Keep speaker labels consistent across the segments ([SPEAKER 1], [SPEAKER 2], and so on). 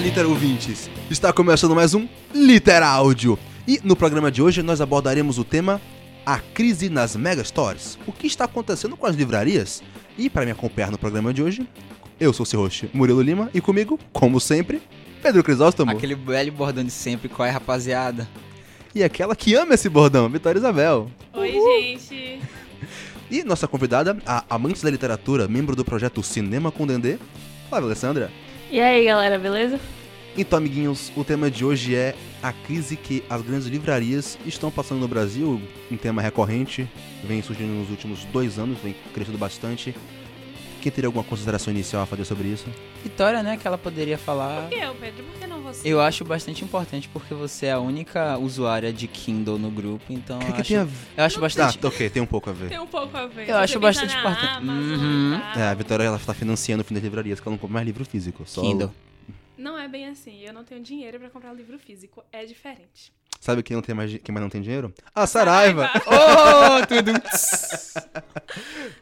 [SPEAKER 1] Liter ouvintes! Está começando mais um Liter Áudio. E no programa de hoje nós abordaremos o tema A crise nas megastores. O que está acontecendo com as livrarias? E para me acompanhar no programa de hoje, eu sou o seu host Murilo Lima e comigo, como sempre, Pedro Crisóstomo
[SPEAKER 2] Aquele velho bordão de sempre, qual é, rapaziada?
[SPEAKER 1] e aquela que ama esse bordão, Vitória Isabel.
[SPEAKER 3] Oi, gente.
[SPEAKER 1] E nossa convidada, a amante da literatura, membro do projeto Cinema com Dendê, Flávia Alessandra.
[SPEAKER 3] E aí, galera, beleza?
[SPEAKER 1] Então, amiguinhos, o tema de hoje é a crise que as grandes livrarias estão passando no Brasil. Um tema recorrente, vem surgindo nos últimos dois anos, vem crescendo bastante. Quem teria alguma consideração inicial a fazer sobre isso?
[SPEAKER 2] Vitória, né, que ela poderia falar.
[SPEAKER 3] Eu, Pedro, por que não você?
[SPEAKER 2] Eu acho bastante importante porque você é a única usuária de Kindle no grupo, então
[SPEAKER 1] O
[SPEAKER 2] eu
[SPEAKER 1] que, que
[SPEAKER 2] acho,
[SPEAKER 1] tem a ver?
[SPEAKER 2] eu acho
[SPEAKER 1] Ah,
[SPEAKER 2] bastante.
[SPEAKER 1] tá, ok, tem um pouco a ver.
[SPEAKER 3] Tem um pouco a ver.
[SPEAKER 2] Eu acho
[SPEAKER 3] Você
[SPEAKER 2] bastante
[SPEAKER 3] pensa na
[SPEAKER 2] importante.
[SPEAKER 3] Amazon,
[SPEAKER 2] Uhum.
[SPEAKER 3] tá?
[SPEAKER 1] É, a Vitória ela está financiando o fim das livrarias, que ela não compra mais livro físico. Só
[SPEAKER 2] Kindle.
[SPEAKER 3] Não é bem assim. Eu não tenho dinheiro pra comprar livro físico. É diferente.
[SPEAKER 1] Sabe quem não tem mais, di- quem mais não tem dinheiro? A Saraiva!
[SPEAKER 2] Oh, tudo.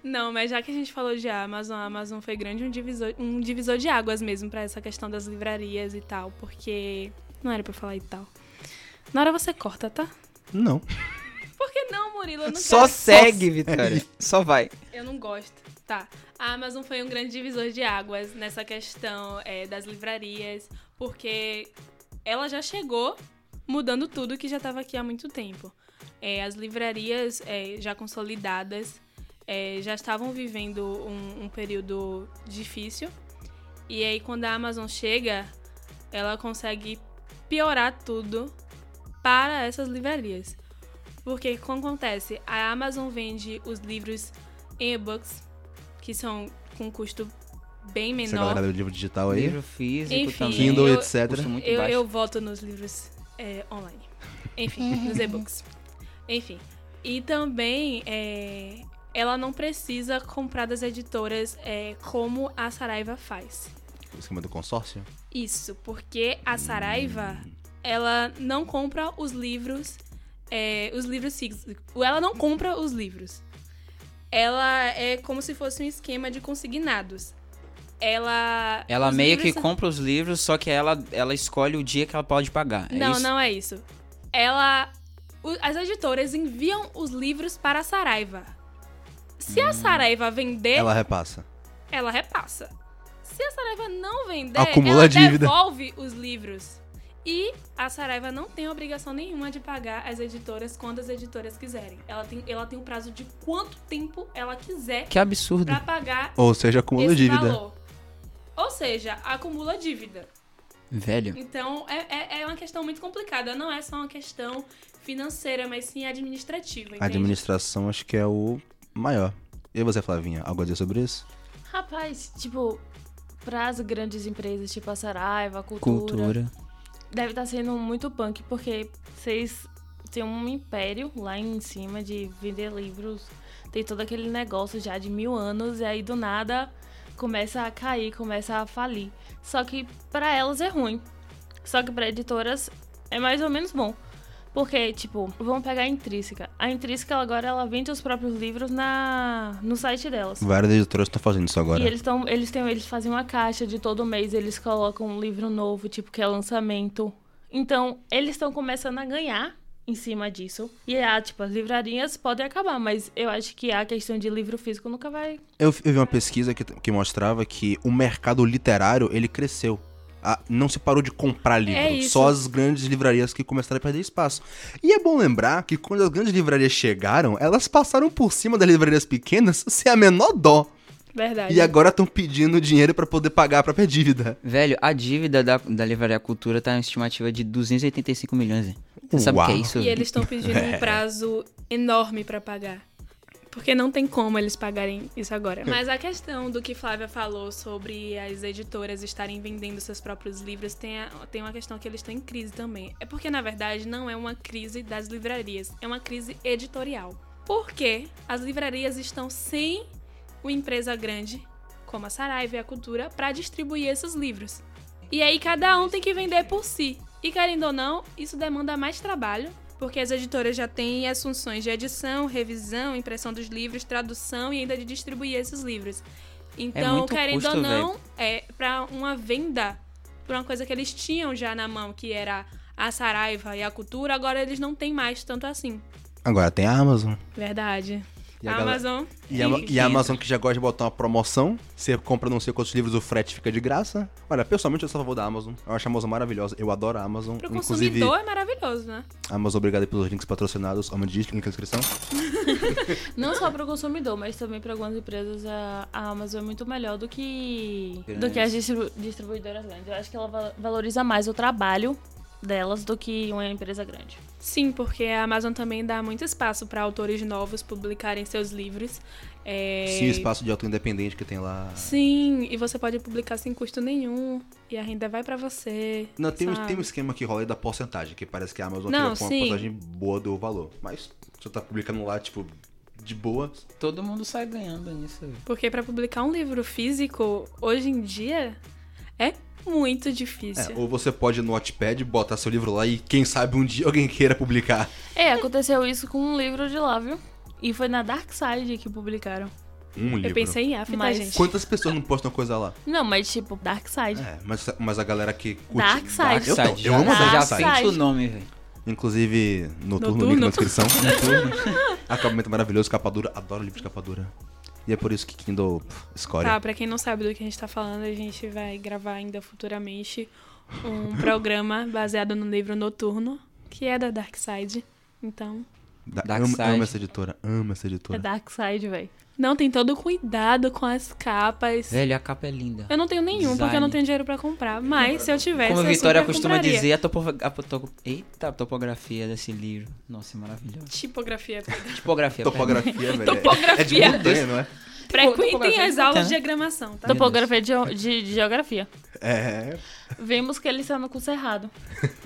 [SPEAKER 3] Não, mas já que a gente falou de Amazon, a Amazon foi grande um divisor, um divisor de águas mesmo pra essa questão das livrarias e tal, porque não era pra eu falar e tal. Na hora você corta, tá?
[SPEAKER 1] Não.
[SPEAKER 3] Por que não, Murilo? Eu não
[SPEAKER 2] Só
[SPEAKER 3] quero-
[SPEAKER 2] segue, Vitória. Só vai.
[SPEAKER 3] Eu não gosto. Tá. A Amazon foi um grande divisor de águas nessa questão é, das livrarias, porque ela já chegou mudando tudo que já estava aqui há muito tempo. É, as livrarias é, já consolidadas é, já estavam vivendo um, um período difícil. E aí, quando a Amazon chega, ela consegue piorar tudo para essas livrarias. Porque o que acontece? A Amazon vende os livros em e-books, que são com um custo bem
[SPEAKER 1] Essa galera
[SPEAKER 3] menor.
[SPEAKER 1] do livro digital aí.
[SPEAKER 2] Livro físico
[SPEAKER 3] Enfim,
[SPEAKER 2] também.
[SPEAKER 1] Kindle,
[SPEAKER 3] eu-
[SPEAKER 1] etc.
[SPEAKER 2] Custo muito
[SPEAKER 3] Eu,
[SPEAKER 2] baixo.
[SPEAKER 3] eu voto nos livros é, online. Enfim, nos e-books. Enfim. E também é, ela não precisa comprar das editoras é, como a Saraiva faz.
[SPEAKER 1] O esquema do consórcio.
[SPEAKER 3] Isso, porque a Saraiva,
[SPEAKER 2] Hum.
[SPEAKER 3] ela não compra os livros, é, os livros físicos. Ela não compra os livros. Ela é como se fosse um esquema de consignados. Ela.
[SPEAKER 2] Ela
[SPEAKER 3] os
[SPEAKER 2] meio
[SPEAKER 3] livros
[SPEAKER 2] que
[SPEAKER 3] são-
[SPEAKER 2] compra os livros, só que ela, ela escolhe o dia que ela pode pagar. é
[SPEAKER 3] Não,
[SPEAKER 2] isso?
[SPEAKER 3] não é isso. Ela. o- as editoras enviam os livros para a Saraiva. Se a Saraiva vender,
[SPEAKER 1] Hum. Ela
[SPEAKER 3] ela...
[SPEAKER 1] repassa.
[SPEAKER 3] repassa. Se a Saraiva não vender,
[SPEAKER 1] Acumula
[SPEAKER 3] ela
[SPEAKER 1] a dívida.
[SPEAKER 3] devolve os livros. E a Saraiva não tem obrigação nenhuma de pagar as editoras quando as editoras quiserem. Ela tem, ela tem um prazo de quanto tempo ela quiser
[SPEAKER 2] Que absurdo.
[SPEAKER 3] para pagar
[SPEAKER 1] Ou seja, acumula
[SPEAKER 3] esse
[SPEAKER 1] dívida.
[SPEAKER 3] valor. Ou seja, acumula dívida.
[SPEAKER 2] Velho.
[SPEAKER 3] Então, é, é, é uma questão muito complicada. Não é só uma questão financeira, mas sim administrativa, entende?
[SPEAKER 1] Administração acho que é o maior. E você, Flavinha, algo a dizer sobre isso?
[SPEAKER 4] Rapaz, tipo, pras grandes empresas, tipo a Saraiva, a Cultura,
[SPEAKER 2] Cultura.
[SPEAKER 4] deve estar sendo muito punk, porque vocês têm um império lá em cima de vender livros, tem todo aquele negócio já de mil anos, e aí do nada começa a cair, começa a falir. Só que pra elas é ruim. Só que pra editoras é mais ou menos bom. Porque, tipo, vamos pegar a Intrínseca. A Intrínseca agora ela vende os próprios livros na no site delas.
[SPEAKER 1] Várias editoras estão fazendo isso agora.
[SPEAKER 4] E eles, tão, eles, têm, eles fazem uma caixa de todo mês, eles colocam um livro novo, tipo, que é lançamento. Então, eles estão começando a ganhar em cima disso. E, ah, tipo, as livrarias podem acabar, mas eu acho que a questão de livro físico nunca vai...
[SPEAKER 1] Eu, eu vi uma pesquisa que, que mostrava que o mercado literário, ele cresceu. Ah, não se parou de comprar livros,
[SPEAKER 3] É isso.
[SPEAKER 1] só as grandes livrarias que começaram a perder espaço. E é bom lembrar que quando as grandes livrarias chegaram, elas passaram por cima das livrarias pequenas sem a menor dó.
[SPEAKER 3] Verdade.
[SPEAKER 1] E agora estão pedindo dinheiro pra poder pagar a própria dívida.
[SPEAKER 2] Velho, a dívida da, da Livraria Cultura tá em estimativa de 285 milhões. hein? Você sabe o que é
[SPEAKER 1] Uau.
[SPEAKER 2] isso?
[SPEAKER 3] E eles estão pedindo um prazo enorme pra pagar. Porque não tem como eles pagarem isso agora. Mas a questão do que Flávia falou sobre as editoras estarem vendendo seus próprios livros tem, a- tem uma questão que eles estão em crise também. É porque, na verdade, não é uma crise das livrarias, é uma crise editorial. Porque as livrarias estão sem uma empresa grande, como a Saraiva e a Cultura, pra distribuir esses livros. E aí cada um tem que vender por si. E querendo ou não, isso demanda mais trabalho, porque as editoras já têm as funções de edição, revisão, impressão dos livros, tradução e ainda de distribuir esses livros. Então,
[SPEAKER 2] muito
[SPEAKER 3] querendo
[SPEAKER 2] custo,
[SPEAKER 3] ou não, é para uma venda por uma coisa que eles tinham já na mão, que era a Saraiva e a Cultura, agora eles não têm mais tanto assim.
[SPEAKER 1] Agora tem a Amazon.
[SPEAKER 3] Verdade.
[SPEAKER 1] E a
[SPEAKER 3] a
[SPEAKER 1] galera-
[SPEAKER 3] Amazon.
[SPEAKER 1] E a, e a Amazon que já gosta de botar uma promoção. Você compra não sei quantos livros, o frete fica de graça. Olha, pessoalmente eu sou a favor da Amazon. Eu acho a Amazon maravilhosa. Eu adoro a Amazon.
[SPEAKER 3] Pro
[SPEAKER 1] Inclusive,
[SPEAKER 3] consumidor é maravilhoso, né?
[SPEAKER 1] Amazon, obrigado pelos links patrocinados. Ama diz, link na descrição.
[SPEAKER 4] Não só para o consumidor, mas também para algumas empresas a, a Amazon é muito melhor do que, do que as distribu- distribuidoras grandes. Eu acho que ela va- valoriza mais o trabalho delas do que uma empresa grande.
[SPEAKER 3] Sim, porque a Amazon também dá muito espaço para autores novos publicarem seus livros. É...
[SPEAKER 1] Sim, o espaço de autor independente que tem lá.
[SPEAKER 3] Sim, e você pode publicar sem custo nenhum. E a renda vai para você.
[SPEAKER 1] Não, tem, um,
[SPEAKER 3] sabe?
[SPEAKER 1] tem um esquema que rola aí da porcentagem, que parece que a Amazon
[SPEAKER 3] Não,
[SPEAKER 1] tira com uma
[SPEAKER 3] sim.
[SPEAKER 1] porcentagem boa do valor. Mas você tá publicando lá, tipo, de boa.
[SPEAKER 2] Todo mundo sai ganhando nisso.
[SPEAKER 3] Porque para publicar um livro físico, hoje em dia, é muito
[SPEAKER 1] É,
[SPEAKER 3] difícil.
[SPEAKER 1] ou você pode ir no Wattpad, botar seu livro lá e quem sabe um dia alguém queira publicar.
[SPEAKER 4] É, aconteceu isso com um livro de lá, viu? E foi na Dark Side que publicaram.
[SPEAKER 1] Um livro.
[SPEAKER 3] Eu pensei em AF,
[SPEAKER 4] Mas-
[SPEAKER 3] tá, gente?
[SPEAKER 1] Quantas pessoas não postam coisa lá?
[SPEAKER 4] Não, mas tipo, Dark Side.
[SPEAKER 1] É, mas, mas a galera que curte...
[SPEAKER 4] Dark
[SPEAKER 3] Ah,
[SPEAKER 4] Side.
[SPEAKER 1] Dark Ah, Eu, não, eu amo
[SPEAKER 4] Dark
[SPEAKER 1] Dark
[SPEAKER 2] já
[SPEAKER 1] Side.
[SPEAKER 2] sente o
[SPEAKER 4] Side.
[SPEAKER 2] nome, velho.
[SPEAKER 1] Inclusive, noturno, link na
[SPEAKER 3] Noturno.
[SPEAKER 1] descrição. Acabamento maravilhoso, capa dura. Adoro livro de capa dura. E é por isso que Kindle pff, escória.
[SPEAKER 3] Tá, pra quem não sabe do que a gente tá falando, a gente vai gravar ainda futuramente um programa baseado no livro Noturno, que é da Dark Side. Então,
[SPEAKER 1] Da-
[SPEAKER 2] Dark
[SPEAKER 1] amo,
[SPEAKER 2] Side.
[SPEAKER 1] amo essa editora, amo essa editora.
[SPEAKER 4] É Dark Side, velho.
[SPEAKER 3] não tem todo o cuidado com as capas.
[SPEAKER 2] Velho, a capa é linda.
[SPEAKER 3] Eu não tenho nenhum, porque eu não
[SPEAKER 2] Design.
[SPEAKER 3] tenho dinheiro pra comprar. Mas se eu tivesse,
[SPEAKER 2] Como a
[SPEAKER 3] eu
[SPEAKER 2] Vitória
[SPEAKER 3] super
[SPEAKER 2] costuma
[SPEAKER 3] compraria.
[SPEAKER 2] dizer, a, topo- a topo- eita, a topografia desse livro. Nossa, é maravilhosa.
[SPEAKER 3] Tipografia.
[SPEAKER 4] é
[SPEAKER 2] Tipografia.
[SPEAKER 1] Topografia, velho. é- É de
[SPEAKER 3] Topografia.
[SPEAKER 1] montanha, não é?
[SPEAKER 3] Frequentem as aulas
[SPEAKER 2] Tá.
[SPEAKER 3] de diagramação, tá?
[SPEAKER 4] Topografia de, geo- de- de geografia.
[SPEAKER 1] É.
[SPEAKER 4] Vimos que ele está no curso errado.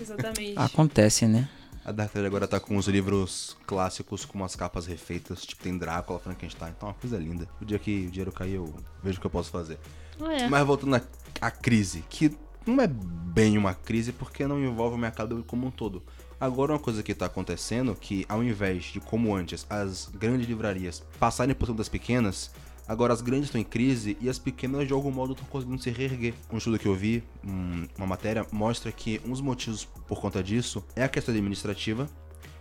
[SPEAKER 3] Exatamente.
[SPEAKER 2] perdão. Acontece, né?
[SPEAKER 1] A Dark Side agora tá com os livros clássicos, com umas capas refeitas. Tipo, tem Drácula, Frankenstein. Então, é uma coisa linda. O dia que o dinheiro cair, eu vejo o que eu posso fazer.
[SPEAKER 4] É.
[SPEAKER 1] Mas voltando à, à crise, que não é bem uma crise porque não envolve o mercado como um todo. Agora uma coisa que está acontecendo que ao invés de como antes as grandes livrarias passarem por cima das pequenas, agora as grandes estão em crise e as pequenas de algum modo estão conseguindo se reerguer. Um estudo que eu vi, um- uma matéria, mostra que um dos motivos por conta disso é a questão administrativa,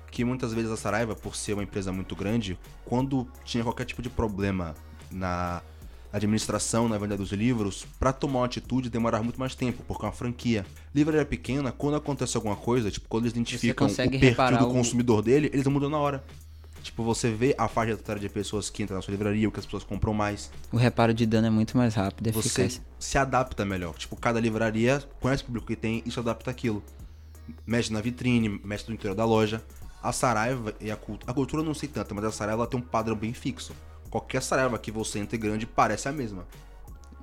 [SPEAKER 1] que muitas vezes a Saraiva, por ser uma empresa muito grande, quando tinha qualquer tipo de problema na administração, na venda dos livros, pra tomar uma atitude demorava muito mais tempo, porque é uma franquia. Livraria pequena, quando acontece alguma coisa, tipo, quando eles identificam o
[SPEAKER 2] consegue
[SPEAKER 1] perfil
[SPEAKER 2] reparar
[SPEAKER 1] do
[SPEAKER 2] o-
[SPEAKER 1] consumidor dele, eles mudam na hora. Tipo, você vê a faixa etária de pessoas que entram na sua livraria, o que as pessoas compram mais.
[SPEAKER 2] O reparo de dano é muito mais rápido, é
[SPEAKER 1] Você
[SPEAKER 2] eficaz.
[SPEAKER 1] se adapta melhor. Tipo, cada livraria conhece o público que tem e se adapta àquilo. Mexe na vitrine, mexe no interior da loja. A Saraiva e a cultura. A cultura eu não sei tanto, mas a Saraiva ela tem um padrão bem fixo. Qualquer Saraiva que você entre grande parece a mesma.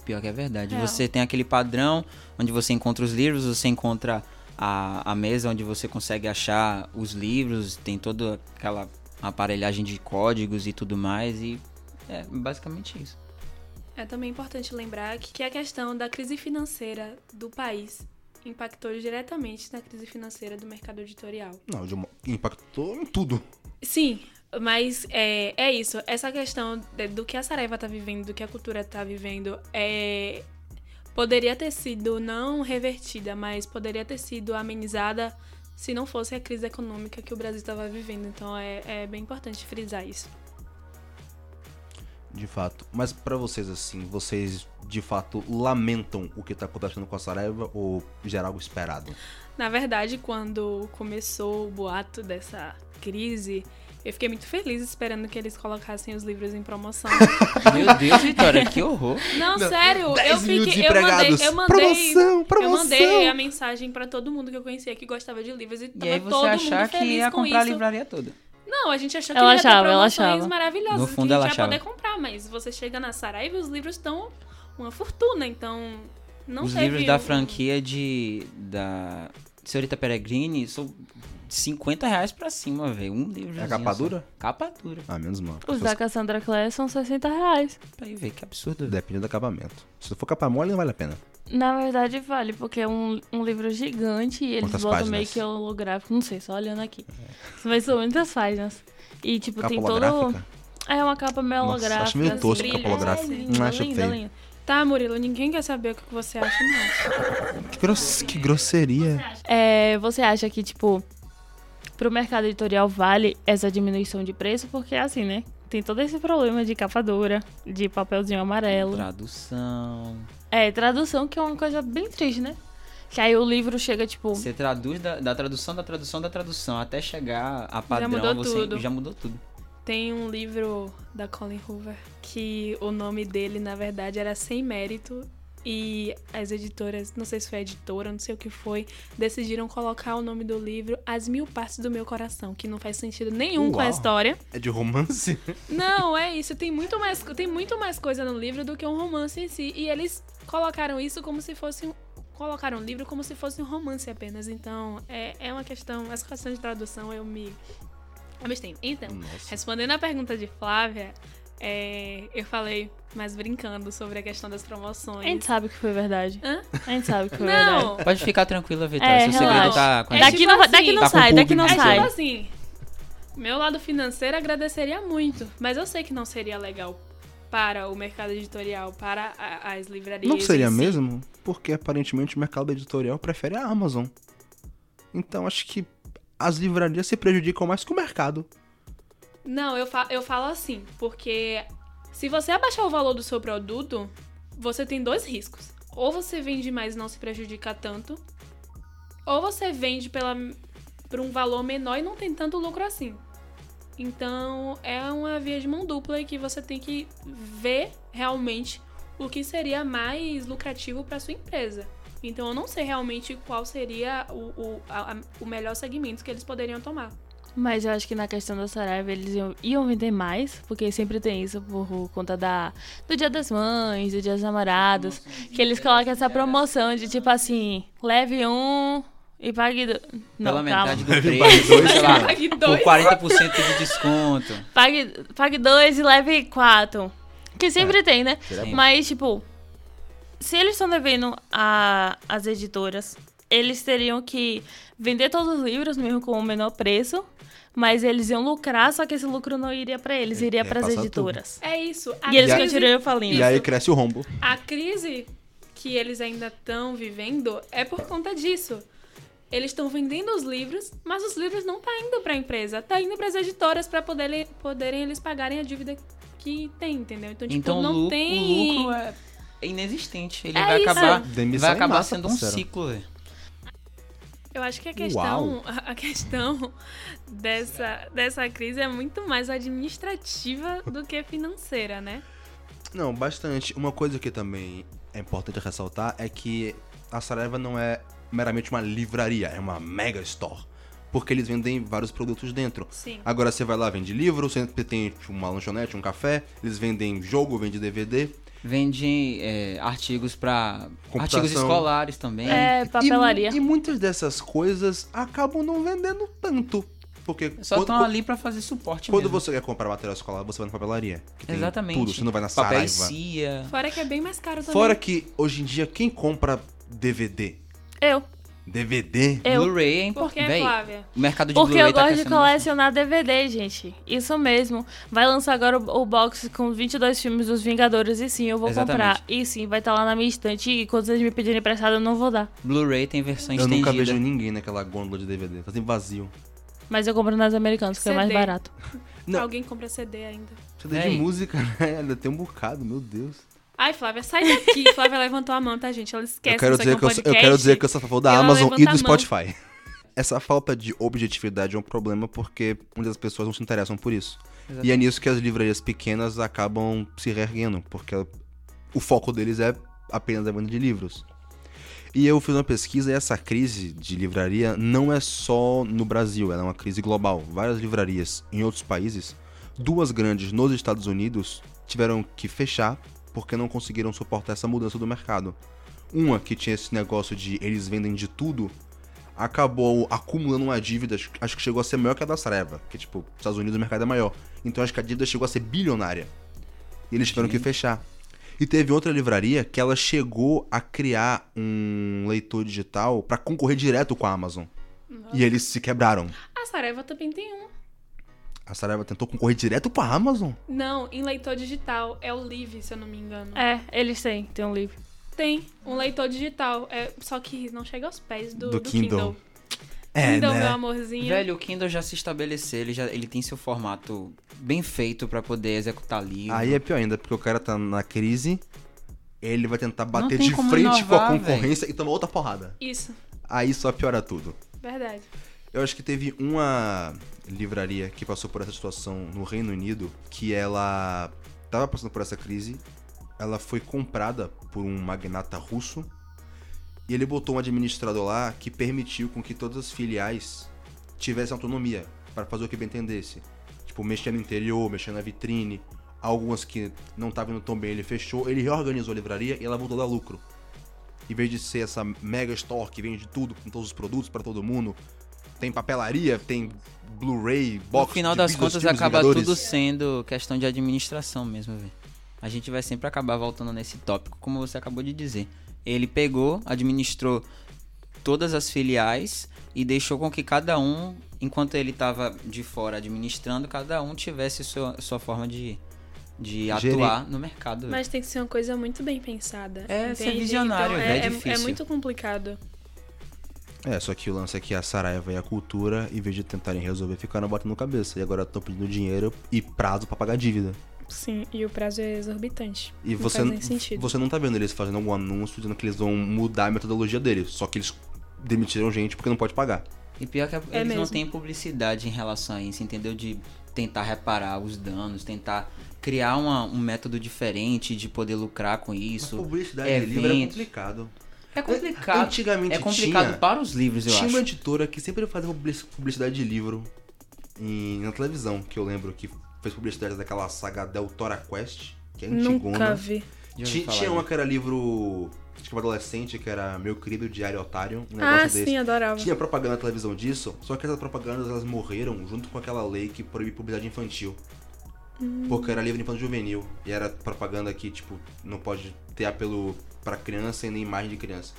[SPEAKER 2] Pior que é verdade.
[SPEAKER 3] É.
[SPEAKER 2] Você tem aquele padrão onde você encontra os livros, você encontra a, a mesa onde você consegue achar os livros, tem toda aquela aparelhagem de códigos e tudo mais, e é basicamente isso.
[SPEAKER 3] É também importante lembrar que que a questão da crise financeira do país impactou diretamente na crise financeira do mercado editorial.
[SPEAKER 1] Não, de uma- impactou em tudo.
[SPEAKER 3] Sim, mas é, é isso. Essa questão de- do que a Saraiva tá vivendo, do que a cultura tá vivendo, é, poderia ter sido não revertida, mas poderia ter sido amenizada se não fosse a crise econômica que o Brasil estava vivendo. Então é, é bem importante frisar isso.
[SPEAKER 1] De fato. Mas pra vocês, assim, vocês de fato lamentam o que tá acontecendo com a Saraiva ou já era algo esperado?
[SPEAKER 3] Na verdade, quando começou o boato dessa crise, eu fiquei muito feliz esperando que eles colocassem os livros em promoção.
[SPEAKER 2] Meu Deus, Vitória, que horror!
[SPEAKER 3] Não,
[SPEAKER 1] Não,
[SPEAKER 3] sério, eu
[SPEAKER 1] 10 mil
[SPEAKER 3] fiquei, eu mandei,
[SPEAKER 1] desempregados.
[SPEAKER 3] eu mandei,
[SPEAKER 1] promoção,
[SPEAKER 3] eu
[SPEAKER 1] promoção!
[SPEAKER 3] mandei a mensagem pra todo mundo que eu conhecia que gostava de livros e
[SPEAKER 2] E
[SPEAKER 3] tava
[SPEAKER 2] aí você
[SPEAKER 3] todo
[SPEAKER 2] achar
[SPEAKER 3] mundo
[SPEAKER 2] que
[SPEAKER 3] feliz
[SPEAKER 2] ia
[SPEAKER 3] com
[SPEAKER 2] comprar a
[SPEAKER 3] isso.
[SPEAKER 2] livraria toda.
[SPEAKER 3] Não, a gente achou que
[SPEAKER 4] Ela
[SPEAKER 3] ia
[SPEAKER 4] achava,
[SPEAKER 3] ter
[SPEAKER 4] ela
[SPEAKER 3] promoções
[SPEAKER 4] achava.
[SPEAKER 3] maravilhosas
[SPEAKER 2] No fundo,
[SPEAKER 3] que a
[SPEAKER 2] ela
[SPEAKER 3] gente ia
[SPEAKER 2] achava.
[SPEAKER 3] poder comprar, mas você chega na Saraiva e os livros estão uma fortuna, então não
[SPEAKER 2] Os
[SPEAKER 3] teve
[SPEAKER 2] livros da
[SPEAKER 3] um-
[SPEAKER 2] franquia de. da Senhorita Peregrini são 50 reais pra cima, velho. Um livro.
[SPEAKER 1] É capa dura?
[SPEAKER 2] Capa dura.
[SPEAKER 1] Ah, menos mal.
[SPEAKER 4] Os
[SPEAKER 1] Se
[SPEAKER 4] da Cassandra Clare são 60 reais.
[SPEAKER 2] Aí, velho, que absurdo.
[SPEAKER 1] você- Depende do acabamento. Se for capa mole, não vale a pena.
[SPEAKER 4] Na verdade, vale, porque é um, um livro gigante e eles
[SPEAKER 1] Quantas
[SPEAKER 4] botam
[SPEAKER 1] páginas?
[SPEAKER 4] meio que holográfico. Não sei, só olhando aqui. Mas são muitas páginas. E, tipo,
[SPEAKER 1] Capa
[SPEAKER 4] tem todo.
[SPEAKER 1] holográfica.
[SPEAKER 4] É uma capa meio
[SPEAKER 1] Nossa,
[SPEAKER 4] holográfica.
[SPEAKER 1] acho meio tosco
[SPEAKER 4] assim,
[SPEAKER 1] capa holográfica.
[SPEAKER 4] É,
[SPEAKER 1] Não
[SPEAKER 4] linda,
[SPEAKER 1] acho
[SPEAKER 4] linda,
[SPEAKER 1] feio.
[SPEAKER 4] linda.
[SPEAKER 3] Tá, Murilo, ninguém quer saber o que você acha, não.
[SPEAKER 1] Que, gross- que grosseria.
[SPEAKER 4] É, você acha que, tipo, pro mercado editorial vale essa diminuição de preço? Porque, assim, né? Tem todo esse problema de capa dura, de papelzinho amarelo.
[SPEAKER 2] Tradução.
[SPEAKER 4] É, tradução que é uma coisa bem triste, né? Que aí o livro chega, tipo,
[SPEAKER 2] Você traduz da, da tradução, da tradução, da tradução, até chegar a padrão,
[SPEAKER 3] mudou
[SPEAKER 2] você
[SPEAKER 3] tudo.
[SPEAKER 2] já mudou tudo.
[SPEAKER 3] Tem um livro da Colin Hoover que o nome dele, na verdade, era Sem Mérito. E as editoras, não sei se foi a editora, não sei o que foi, decidiram colocar o nome do livro As Mil Partes do Meu Coração, que não faz sentido nenhum com a
[SPEAKER 1] Uau.
[SPEAKER 3] história.
[SPEAKER 1] É de romance?
[SPEAKER 3] Não, é isso. Tem muito, mais, tem muito mais coisa no livro do que um romance em si. E eles colocaram isso como se fosse um. Colocaram o livro como se fosse um romance apenas. Então, é, é uma questão. Essa questão de tradução eu me. Eu me estendo. Então,
[SPEAKER 1] Nossa.
[SPEAKER 3] respondendo a pergunta de Flávia, é, eu falei, mas brincando, sobre a questão das
[SPEAKER 4] a
[SPEAKER 3] promoções.
[SPEAKER 4] gente sabe que foi verdade.
[SPEAKER 3] Hã?
[SPEAKER 4] A gente sabe
[SPEAKER 1] É
[SPEAKER 4] que foi verdade.
[SPEAKER 3] Não!
[SPEAKER 2] Pode ficar tranquila, Vitória.
[SPEAKER 4] É,
[SPEAKER 2] seu segredo
[SPEAKER 4] relaxa.
[SPEAKER 2] tá com a
[SPEAKER 3] É
[SPEAKER 2] gente.
[SPEAKER 4] daqui,
[SPEAKER 3] tipo
[SPEAKER 4] não,
[SPEAKER 3] assim.
[SPEAKER 4] daqui não
[SPEAKER 2] Tá com
[SPEAKER 4] sai,
[SPEAKER 2] público,
[SPEAKER 4] daqui não
[SPEAKER 3] É
[SPEAKER 2] então.
[SPEAKER 4] sai.
[SPEAKER 3] tipo assim, meu lado financeiro agradeceria muito, mas eu sei que não seria legal para o mercado editorial, para a- as
[SPEAKER 4] É
[SPEAKER 3] livrarias.
[SPEAKER 1] Não seria
[SPEAKER 3] em si.
[SPEAKER 1] mesmo? Porque aparentemente o mercado editorial prefere a Amazon. Então acho que as livrarias se prejudicam mais que o mercado.
[SPEAKER 3] Não, eu, fa eu falo assim, porque se você abaixar o valor do seu produto, você tem dois riscos. Ou você vende mais e não se prejudica tanto, ou você vende pela, por um valor menor e não tem tanto lucro assim. Então é uma via de mão dupla e que você tem que ver realmente o que seria mais lucrativo para sua empresa. Então eu não sei realmente qual seria o, o, a- a- o melhor segmento que eles poderiam tomar.
[SPEAKER 4] Mas eu acho que na questão da Saraiva eles iam, iam vender mais, porque sempre tem isso por conta da, do Dia das Mães, do Dia dos Namorados, que eles colocam essa promoção de tipo assim, leve um e pague dois. tipo- Não,
[SPEAKER 2] Pela
[SPEAKER 4] calma.
[SPEAKER 2] metade do preço, sei lá,
[SPEAKER 3] Pague
[SPEAKER 2] com
[SPEAKER 3] dois.
[SPEAKER 2] 40% de desconto.
[SPEAKER 4] Pague, pague dois e leve quatro. Que sempre
[SPEAKER 2] É.
[SPEAKER 4] tem, né?
[SPEAKER 2] Sim.
[SPEAKER 4] Mas, tipo, se eles estão devendo a- as editoras, eles teriam que vender todos os livros, mesmo com o menor preço, mas eles iam lucrar, só que esse lucro não iria pra eles,
[SPEAKER 1] Ele
[SPEAKER 4] iria
[SPEAKER 1] quer
[SPEAKER 4] para as
[SPEAKER 1] passar
[SPEAKER 4] editoras.
[SPEAKER 3] É isso. A
[SPEAKER 4] E eles
[SPEAKER 1] aí-
[SPEAKER 4] continuam falindo.
[SPEAKER 1] E aí cresce o rombo.
[SPEAKER 3] A crise que eles ainda estão vivendo é por conta disso. Eles estão vendendo os livros, mas os livros não tá indo para a empresa, tá indo para as editoras para poderem, poderem eles pagarem a dívida que tem, entendeu? Então, tipo,
[SPEAKER 2] então
[SPEAKER 3] não
[SPEAKER 2] o, lucro,
[SPEAKER 3] tem.
[SPEAKER 2] o lucro é é inexistente. Ele
[SPEAKER 4] É
[SPEAKER 2] vai
[SPEAKER 4] isso.
[SPEAKER 2] acabar,
[SPEAKER 1] Demissão
[SPEAKER 2] vai
[SPEAKER 1] em
[SPEAKER 2] acabar
[SPEAKER 1] massa,
[SPEAKER 2] sendo um
[SPEAKER 1] parceiro.
[SPEAKER 2] ciclo. velho.
[SPEAKER 3] Eu acho que a
[SPEAKER 1] Uau.
[SPEAKER 3] questão, a a questão dessa, dessa crise é muito mais administrativa do que financeira, né?
[SPEAKER 1] Não, bastante. Uma coisa que também é importante ressaltar é que a Saraiva não é meramente uma livraria, é uma mega store. Porque eles vendem vários produtos dentro.
[SPEAKER 3] Sim.
[SPEAKER 1] Agora você vai lá, vende livro, você tem tipo, uma lanchonete, um café, eles vendem jogo, vende DVD.
[SPEAKER 2] Vende é, artigos para
[SPEAKER 1] Computação.
[SPEAKER 2] artigos escolares também.
[SPEAKER 4] É, papelaria.
[SPEAKER 1] E, mu- e muitas dessas coisas acabam não vendendo tanto. Porque
[SPEAKER 2] É Só
[SPEAKER 1] quando,
[SPEAKER 2] estão ali para fazer suporte
[SPEAKER 1] quando
[SPEAKER 2] mesmo.
[SPEAKER 1] você quer comprar material escolar, você vai na papelaria. Que tem
[SPEAKER 2] Exatamente.
[SPEAKER 1] Tudo, você não vai na
[SPEAKER 2] Papéis
[SPEAKER 1] Saraiva.
[SPEAKER 2] Cia.
[SPEAKER 3] Fora que é bem mais caro também.
[SPEAKER 1] Fora que hoje em dia quem compra DVD?
[SPEAKER 4] Eu.
[SPEAKER 1] DVD?
[SPEAKER 4] Eu.
[SPEAKER 2] Blu-ray é
[SPEAKER 3] Por
[SPEAKER 2] importante.
[SPEAKER 3] que,
[SPEAKER 2] Véi,
[SPEAKER 3] Flávia?
[SPEAKER 2] o mercado de
[SPEAKER 4] Porque
[SPEAKER 2] Blu-ray
[SPEAKER 4] eu
[SPEAKER 2] tá
[SPEAKER 4] gosto de
[SPEAKER 2] crescendo bastante.
[SPEAKER 4] colecionar DVD, gente. Isso mesmo. Vai lançar agora o, o box com 22 filmes dos Vingadores e sim, eu vou
[SPEAKER 2] Exatamente.
[SPEAKER 4] comprar. E sim, vai estar lá na minha estante e quando vocês me pedirem emprestado, eu não vou dar.
[SPEAKER 2] Blu-ray tem versão
[SPEAKER 1] Eu
[SPEAKER 2] estendida.
[SPEAKER 1] nunca vejo um ninguém naquela gôndola de DVD. Tá sempre vazio.
[SPEAKER 4] Mas eu compro nas americanas, que é mais
[SPEAKER 3] CD.
[SPEAKER 4] barato.
[SPEAKER 1] Não.
[SPEAKER 3] Alguém compra CD ainda.
[SPEAKER 1] CD de
[SPEAKER 2] Véi.
[SPEAKER 1] música, né? Ainda tem um bocado, meu Deus.
[SPEAKER 3] Ai, Flávia, sai daqui. Flávia levantou a mão, tá, gente? Ela esquece
[SPEAKER 1] eu quero
[SPEAKER 3] isso
[SPEAKER 1] dizer
[SPEAKER 3] aqui
[SPEAKER 1] que eu,
[SPEAKER 3] é um
[SPEAKER 1] sou- eu
[SPEAKER 3] podcast.
[SPEAKER 1] quero dizer que eu sou a favor da
[SPEAKER 3] Ela
[SPEAKER 1] Amazon
[SPEAKER 3] levanta
[SPEAKER 1] e
[SPEAKER 3] a
[SPEAKER 1] do
[SPEAKER 3] mão.
[SPEAKER 1] Spotify. Essa falta de objetividade é um problema porque muitas pessoas não se interessam por isso. E é nisso que as livrarias pequenas acabam se reerguendo, porque o foco deles é apenas a venda de livros. E eu fiz uma pesquisa e essa crise de livraria não é só no Brasil, ela é uma crise global. Várias livrarias em outros países, duas grandes nos Estados Unidos, tiveram que fechar porque não conseguiram suportar essa mudança do mercado. Uma que tinha esse negócio de eles vendem de tudo, acabou acumulando uma dívida, acho- acho que chegou a ser maior que a da Saraiva, que tipo, nos Estados Unidos o mercado é maior. Então acho que a dívida chegou a ser bilionária. E eles tiveram que fechar. E teve outra livraria que ela chegou a criar um leitor digital pra concorrer direto com a Amazon. E eles se quebraram.
[SPEAKER 3] A Saraiva também tem um.
[SPEAKER 1] A Saraiva tentou concorrer direto com a Amazon.
[SPEAKER 3] Não, em leitor digital é o Live, se eu não me engano.
[SPEAKER 4] É, eles têm, tem um livro.
[SPEAKER 3] Tem um leitor digital, é, só que não chega aos pés do,
[SPEAKER 1] Do
[SPEAKER 3] do,
[SPEAKER 1] Kindle.
[SPEAKER 3] Kindle.
[SPEAKER 1] É,
[SPEAKER 3] Kindle, meu
[SPEAKER 1] né?
[SPEAKER 3] amorzinho.
[SPEAKER 2] Velho, o Kindle já se estabeleceu, ele, já, ele tem seu formato bem feito pra poder executar livro.
[SPEAKER 1] Aí é pior ainda, porque o cara tá na crise, ele vai tentar bater
[SPEAKER 2] tem
[SPEAKER 1] de
[SPEAKER 2] como
[SPEAKER 1] frente
[SPEAKER 2] inovar,
[SPEAKER 1] com a concorrência e tomar outra porrada.
[SPEAKER 3] Isso,
[SPEAKER 1] Aí só piora tudo.
[SPEAKER 3] verdade.
[SPEAKER 1] Eu acho que teve uma livraria que passou por essa situação no Reino Unido, que ela tava passando por essa crise, ela foi comprada por um magnata russo, e ele botou um administrador lá que permitiu com que todas as filiais tivessem autonomia para fazer o que bem entendesse. Tipo, mexer no interior, mexer na vitrine, algumas que não estavam indo tão bem ele fechou, ele reorganizou a livraria e ela voltou a dar lucro. Em vez de ser essa mega store que vende tudo, com todos os produtos para todo mundo, tem papelaria, tem Blu-ray, box
[SPEAKER 2] no final
[SPEAKER 1] de
[SPEAKER 2] das
[SPEAKER 1] vídeos,
[SPEAKER 2] contas
[SPEAKER 1] filmes,
[SPEAKER 2] acaba
[SPEAKER 1] Vingadores.
[SPEAKER 2] tudo sendo questão de administração mesmo, velho. A gente vai sempre acabar voltando nesse tópico, como você acabou de dizer. Ele pegou, administrou todas as filiais e deixou com que cada um, enquanto ele estava de fora administrando, cada um tivesse sua, sua forma de, de
[SPEAKER 1] Gerir.
[SPEAKER 2] atuar no mercado. velho.
[SPEAKER 3] Mas tem que ser uma coisa muito bem pensada.
[SPEAKER 2] É, ser
[SPEAKER 3] entende?
[SPEAKER 2] visionário,
[SPEAKER 3] então,
[SPEAKER 2] né? É
[SPEAKER 3] é, é,
[SPEAKER 2] difícil.
[SPEAKER 3] muito complicado.
[SPEAKER 1] É, só que o lance é que a Saraiva e a cultura, em vez de tentarem resolver, ficaram batendo cabeça. E agora estão pedindo dinheiro e prazo pra pagar dívida.
[SPEAKER 3] Sim, e o prazo é exorbitante.
[SPEAKER 1] E
[SPEAKER 3] não
[SPEAKER 1] você,
[SPEAKER 3] faz nem sentido.
[SPEAKER 1] você não tá vendo eles fazendo algum anúncio dizendo que eles vão mudar a metodologia deles. Só que eles demitiram gente porque não pode pagar.
[SPEAKER 2] E pior que é, eles não
[SPEAKER 3] É mesmo.
[SPEAKER 2] têm publicidade em relação a isso, entendeu? De tentar reparar os danos, tentar criar uma- um método diferente de poder lucrar com isso.
[SPEAKER 1] publicidade
[SPEAKER 2] de livro era eventos.
[SPEAKER 1] complicado.
[SPEAKER 2] É complicado.
[SPEAKER 1] Antigamente
[SPEAKER 2] É complicado
[SPEAKER 1] tinha-
[SPEAKER 2] para os livros, eu
[SPEAKER 1] Tinha uma
[SPEAKER 2] acho.
[SPEAKER 1] editora que sempre fazia publici- publicidade de livro em- na televisão, que eu lembro que fez publicidade daquela saga Deltora Quest, que é antigona.
[SPEAKER 3] Nunca vi.
[SPEAKER 2] Já ouvi
[SPEAKER 1] Ti-
[SPEAKER 2] falar
[SPEAKER 1] Tinha
[SPEAKER 2] disso.
[SPEAKER 1] uma que era livro, acho que era adolescente, que era Meu Querido Diário Otário, um negócio
[SPEAKER 3] Ah,
[SPEAKER 1] desse.
[SPEAKER 3] sim, adorava.
[SPEAKER 1] Tinha propaganda na televisão disso, só que essas propagandas elas morreram junto com aquela lei que proíbe publicidade infantil. Porque era livro infantil juvenil. E era propaganda que, tipo, não pode ter apelo pra criança e nem imagem de criança.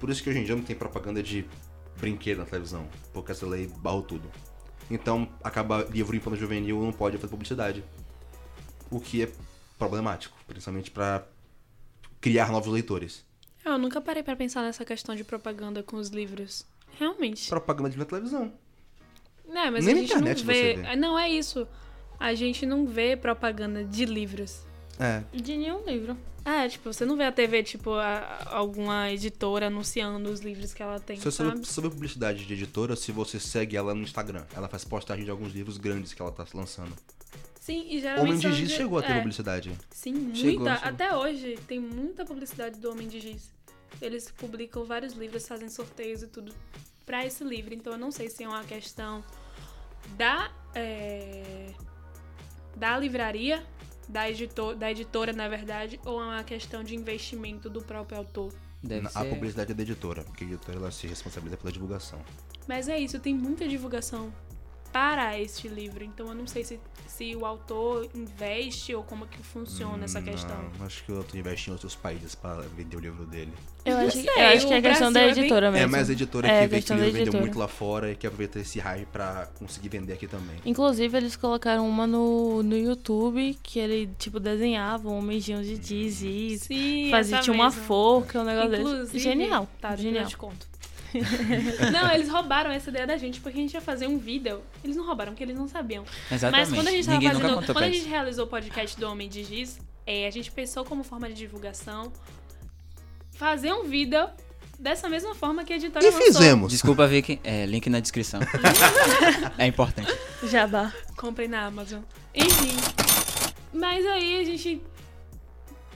[SPEAKER 1] Por isso que hoje em dia não tem propaganda de brinquedo na televisão. Porque essa lei barrou tudo. Então, acaba livro infantil juvenil não pode fazer publicidade. O que é problemático, principalmente pra criar novos leitores.
[SPEAKER 3] Eu nunca parei pra pensar nessa questão de propaganda com os livros. Realmente.
[SPEAKER 1] Propaganda de na televisão.
[SPEAKER 3] É, mas
[SPEAKER 1] Nem
[SPEAKER 3] a
[SPEAKER 1] na
[SPEAKER 3] gente
[SPEAKER 1] internet
[SPEAKER 3] não vê...
[SPEAKER 1] você vê.
[SPEAKER 3] Ah, Não, é isso. A gente não vê propaganda de livros.
[SPEAKER 1] É,
[SPEAKER 4] De nenhum livro.
[SPEAKER 3] É, tipo, você não vê a TV, tipo, a- alguma editora anunciando os livros que ela tem,
[SPEAKER 1] Você
[SPEAKER 3] sabe?
[SPEAKER 1] sabe sobre publicidade de editora se você segue ela no Instagram. Ela faz postagem de alguns livros grandes que ela tá lançando.
[SPEAKER 3] Sim, e geralmente...
[SPEAKER 1] Homem de
[SPEAKER 3] são
[SPEAKER 1] Giz chegou a ter
[SPEAKER 3] é,
[SPEAKER 1] publicidade.
[SPEAKER 3] Sim, muita.
[SPEAKER 2] Chegou, chegou.
[SPEAKER 3] Até hoje tem muita publicidade do Homem de Giz. Eles publicam vários livros, fazem sorteios e tudo pra esse livro. Então eu não sei se é uma questão da é, da livraria, da, editor, da editora, na verdade, ou é uma questão de investimento do próprio autor.
[SPEAKER 2] Deve
[SPEAKER 1] A
[SPEAKER 2] ser-
[SPEAKER 1] publicidade é da editora, porque a editora ela se responsabiliza pela divulgação.
[SPEAKER 3] Mas é isso, tem muita divulgação para este livro. Então eu não sei se, se o autor investe ou como que funciona essa
[SPEAKER 2] Hum,
[SPEAKER 3] questão.
[SPEAKER 1] Hum, Não, acho que o autor investe em outros países pra vender o livro dele.
[SPEAKER 4] Eu acho,
[SPEAKER 3] sei,
[SPEAKER 4] eu acho que é
[SPEAKER 3] o
[SPEAKER 4] questão da
[SPEAKER 3] Brasil é bem-
[SPEAKER 4] editora mesmo.
[SPEAKER 1] É, mas a editora
[SPEAKER 4] É,
[SPEAKER 1] que vê que o
[SPEAKER 4] questão da
[SPEAKER 1] livro vendeu
[SPEAKER 4] editora.
[SPEAKER 1] muito lá fora e que aproveita esse hype pra conseguir vender aqui também.
[SPEAKER 3] Então,
[SPEAKER 4] Inclusive, eles colocaram uma no, no YouTube que ele, tipo, desenhava um homenzinho de Dizzy.
[SPEAKER 3] Sim,
[SPEAKER 4] Fazia,
[SPEAKER 3] essa
[SPEAKER 4] tinha uma
[SPEAKER 3] mesma.
[SPEAKER 4] forca, um negócio
[SPEAKER 3] Inclusive,
[SPEAKER 4] desse. Genial.
[SPEAKER 3] Tá, depois
[SPEAKER 4] genial.
[SPEAKER 3] eu te conto. não, eles roubaram essa ideia da gente porque a gente ia fazer um vídeo. Eles não roubaram porque eles não sabiam.
[SPEAKER 2] Exatamente.
[SPEAKER 3] Mas quando a gente tava
[SPEAKER 2] Ninguém nunca
[SPEAKER 3] fazendo,
[SPEAKER 2] contou
[SPEAKER 3] quando
[SPEAKER 2] pra
[SPEAKER 3] a gente
[SPEAKER 2] isso.
[SPEAKER 3] realizou o podcast do Homem de Giz, é, a gente pensou como forma de divulgação fazer um vídeo dessa mesma forma que a editora
[SPEAKER 1] E
[SPEAKER 3] lançou.
[SPEAKER 1] fizemos!
[SPEAKER 2] Desculpa, Vicky. É, link na descrição. é importante.
[SPEAKER 4] Jabá.
[SPEAKER 3] Comprei na Amazon. Enfim. Mas aí a gente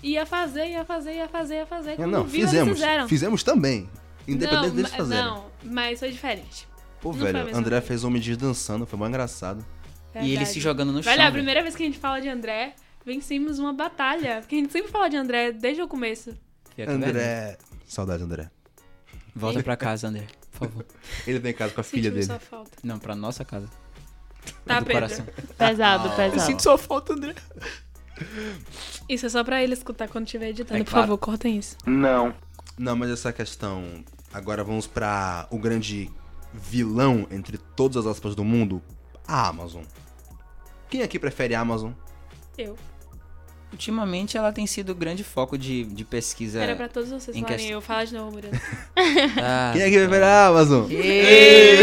[SPEAKER 3] ia fazer, ia fazer, ia fazer, ia fazer.
[SPEAKER 1] Não,
[SPEAKER 3] Quando
[SPEAKER 1] não,
[SPEAKER 3] viu, eles
[SPEAKER 1] fizemos.
[SPEAKER 3] Fizeram.
[SPEAKER 1] Fizemos também. Independente
[SPEAKER 3] não,
[SPEAKER 1] deles
[SPEAKER 3] ma-
[SPEAKER 1] fazerem.
[SPEAKER 3] Não, mas foi diferente.
[SPEAKER 1] Pô,
[SPEAKER 3] não foi a
[SPEAKER 1] velho,
[SPEAKER 3] mesma
[SPEAKER 1] André
[SPEAKER 3] coisa.
[SPEAKER 1] fez Homem de Giz dançando, foi mó engraçado.
[SPEAKER 2] E ele
[SPEAKER 3] Verdade.
[SPEAKER 2] se jogando no chão. né?
[SPEAKER 3] Velho, é a
[SPEAKER 2] velho.
[SPEAKER 3] primeira vez que a gente fala de André, vencemos uma batalha. Porque a gente sempre fala de André desde o começo.
[SPEAKER 2] Pior que é verdade.
[SPEAKER 1] André. Saudades, André.
[SPEAKER 2] Volta pra casa, André. Por favor.
[SPEAKER 1] Ele vem em casa com a filha
[SPEAKER 3] Sentimos
[SPEAKER 1] dele.
[SPEAKER 3] sua falta.
[SPEAKER 2] Não, pra nossa casa.
[SPEAKER 3] Tá,
[SPEAKER 2] É do
[SPEAKER 3] Pedro?
[SPEAKER 2] coração.
[SPEAKER 4] Pesado, pesado.
[SPEAKER 1] sua falta, André.
[SPEAKER 3] Isso é só pra ele escutar quando estiver editando.
[SPEAKER 2] É
[SPEAKER 3] Por
[SPEAKER 2] claro.
[SPEAKER 3] favor, cortem isso.
[SPEAKER 1] Não, mas essa questão. Agora vamos pra o grande vilão entre todas as aspas do mundo, a Amazon. Quem aqui prefere a Amazon?
[SPEAKER 3] Eu.
[SPEAKER 2] Ultimamente ela tem sido grande foco de, de pesquisa.
[SPEAKER 3] Era pra todos vocês
[SPEAKER 2] É. Em
[SPEAKER 3] falarem
[SPEAKER 2] questão-
[SPEAKER 3] eu. Fala de novo, Murilo.
[SPEAKER 2] Ah,
[SPEAKER 1] Quem é aqui prefere a Amazon?
[SPEAKER 2] Ê!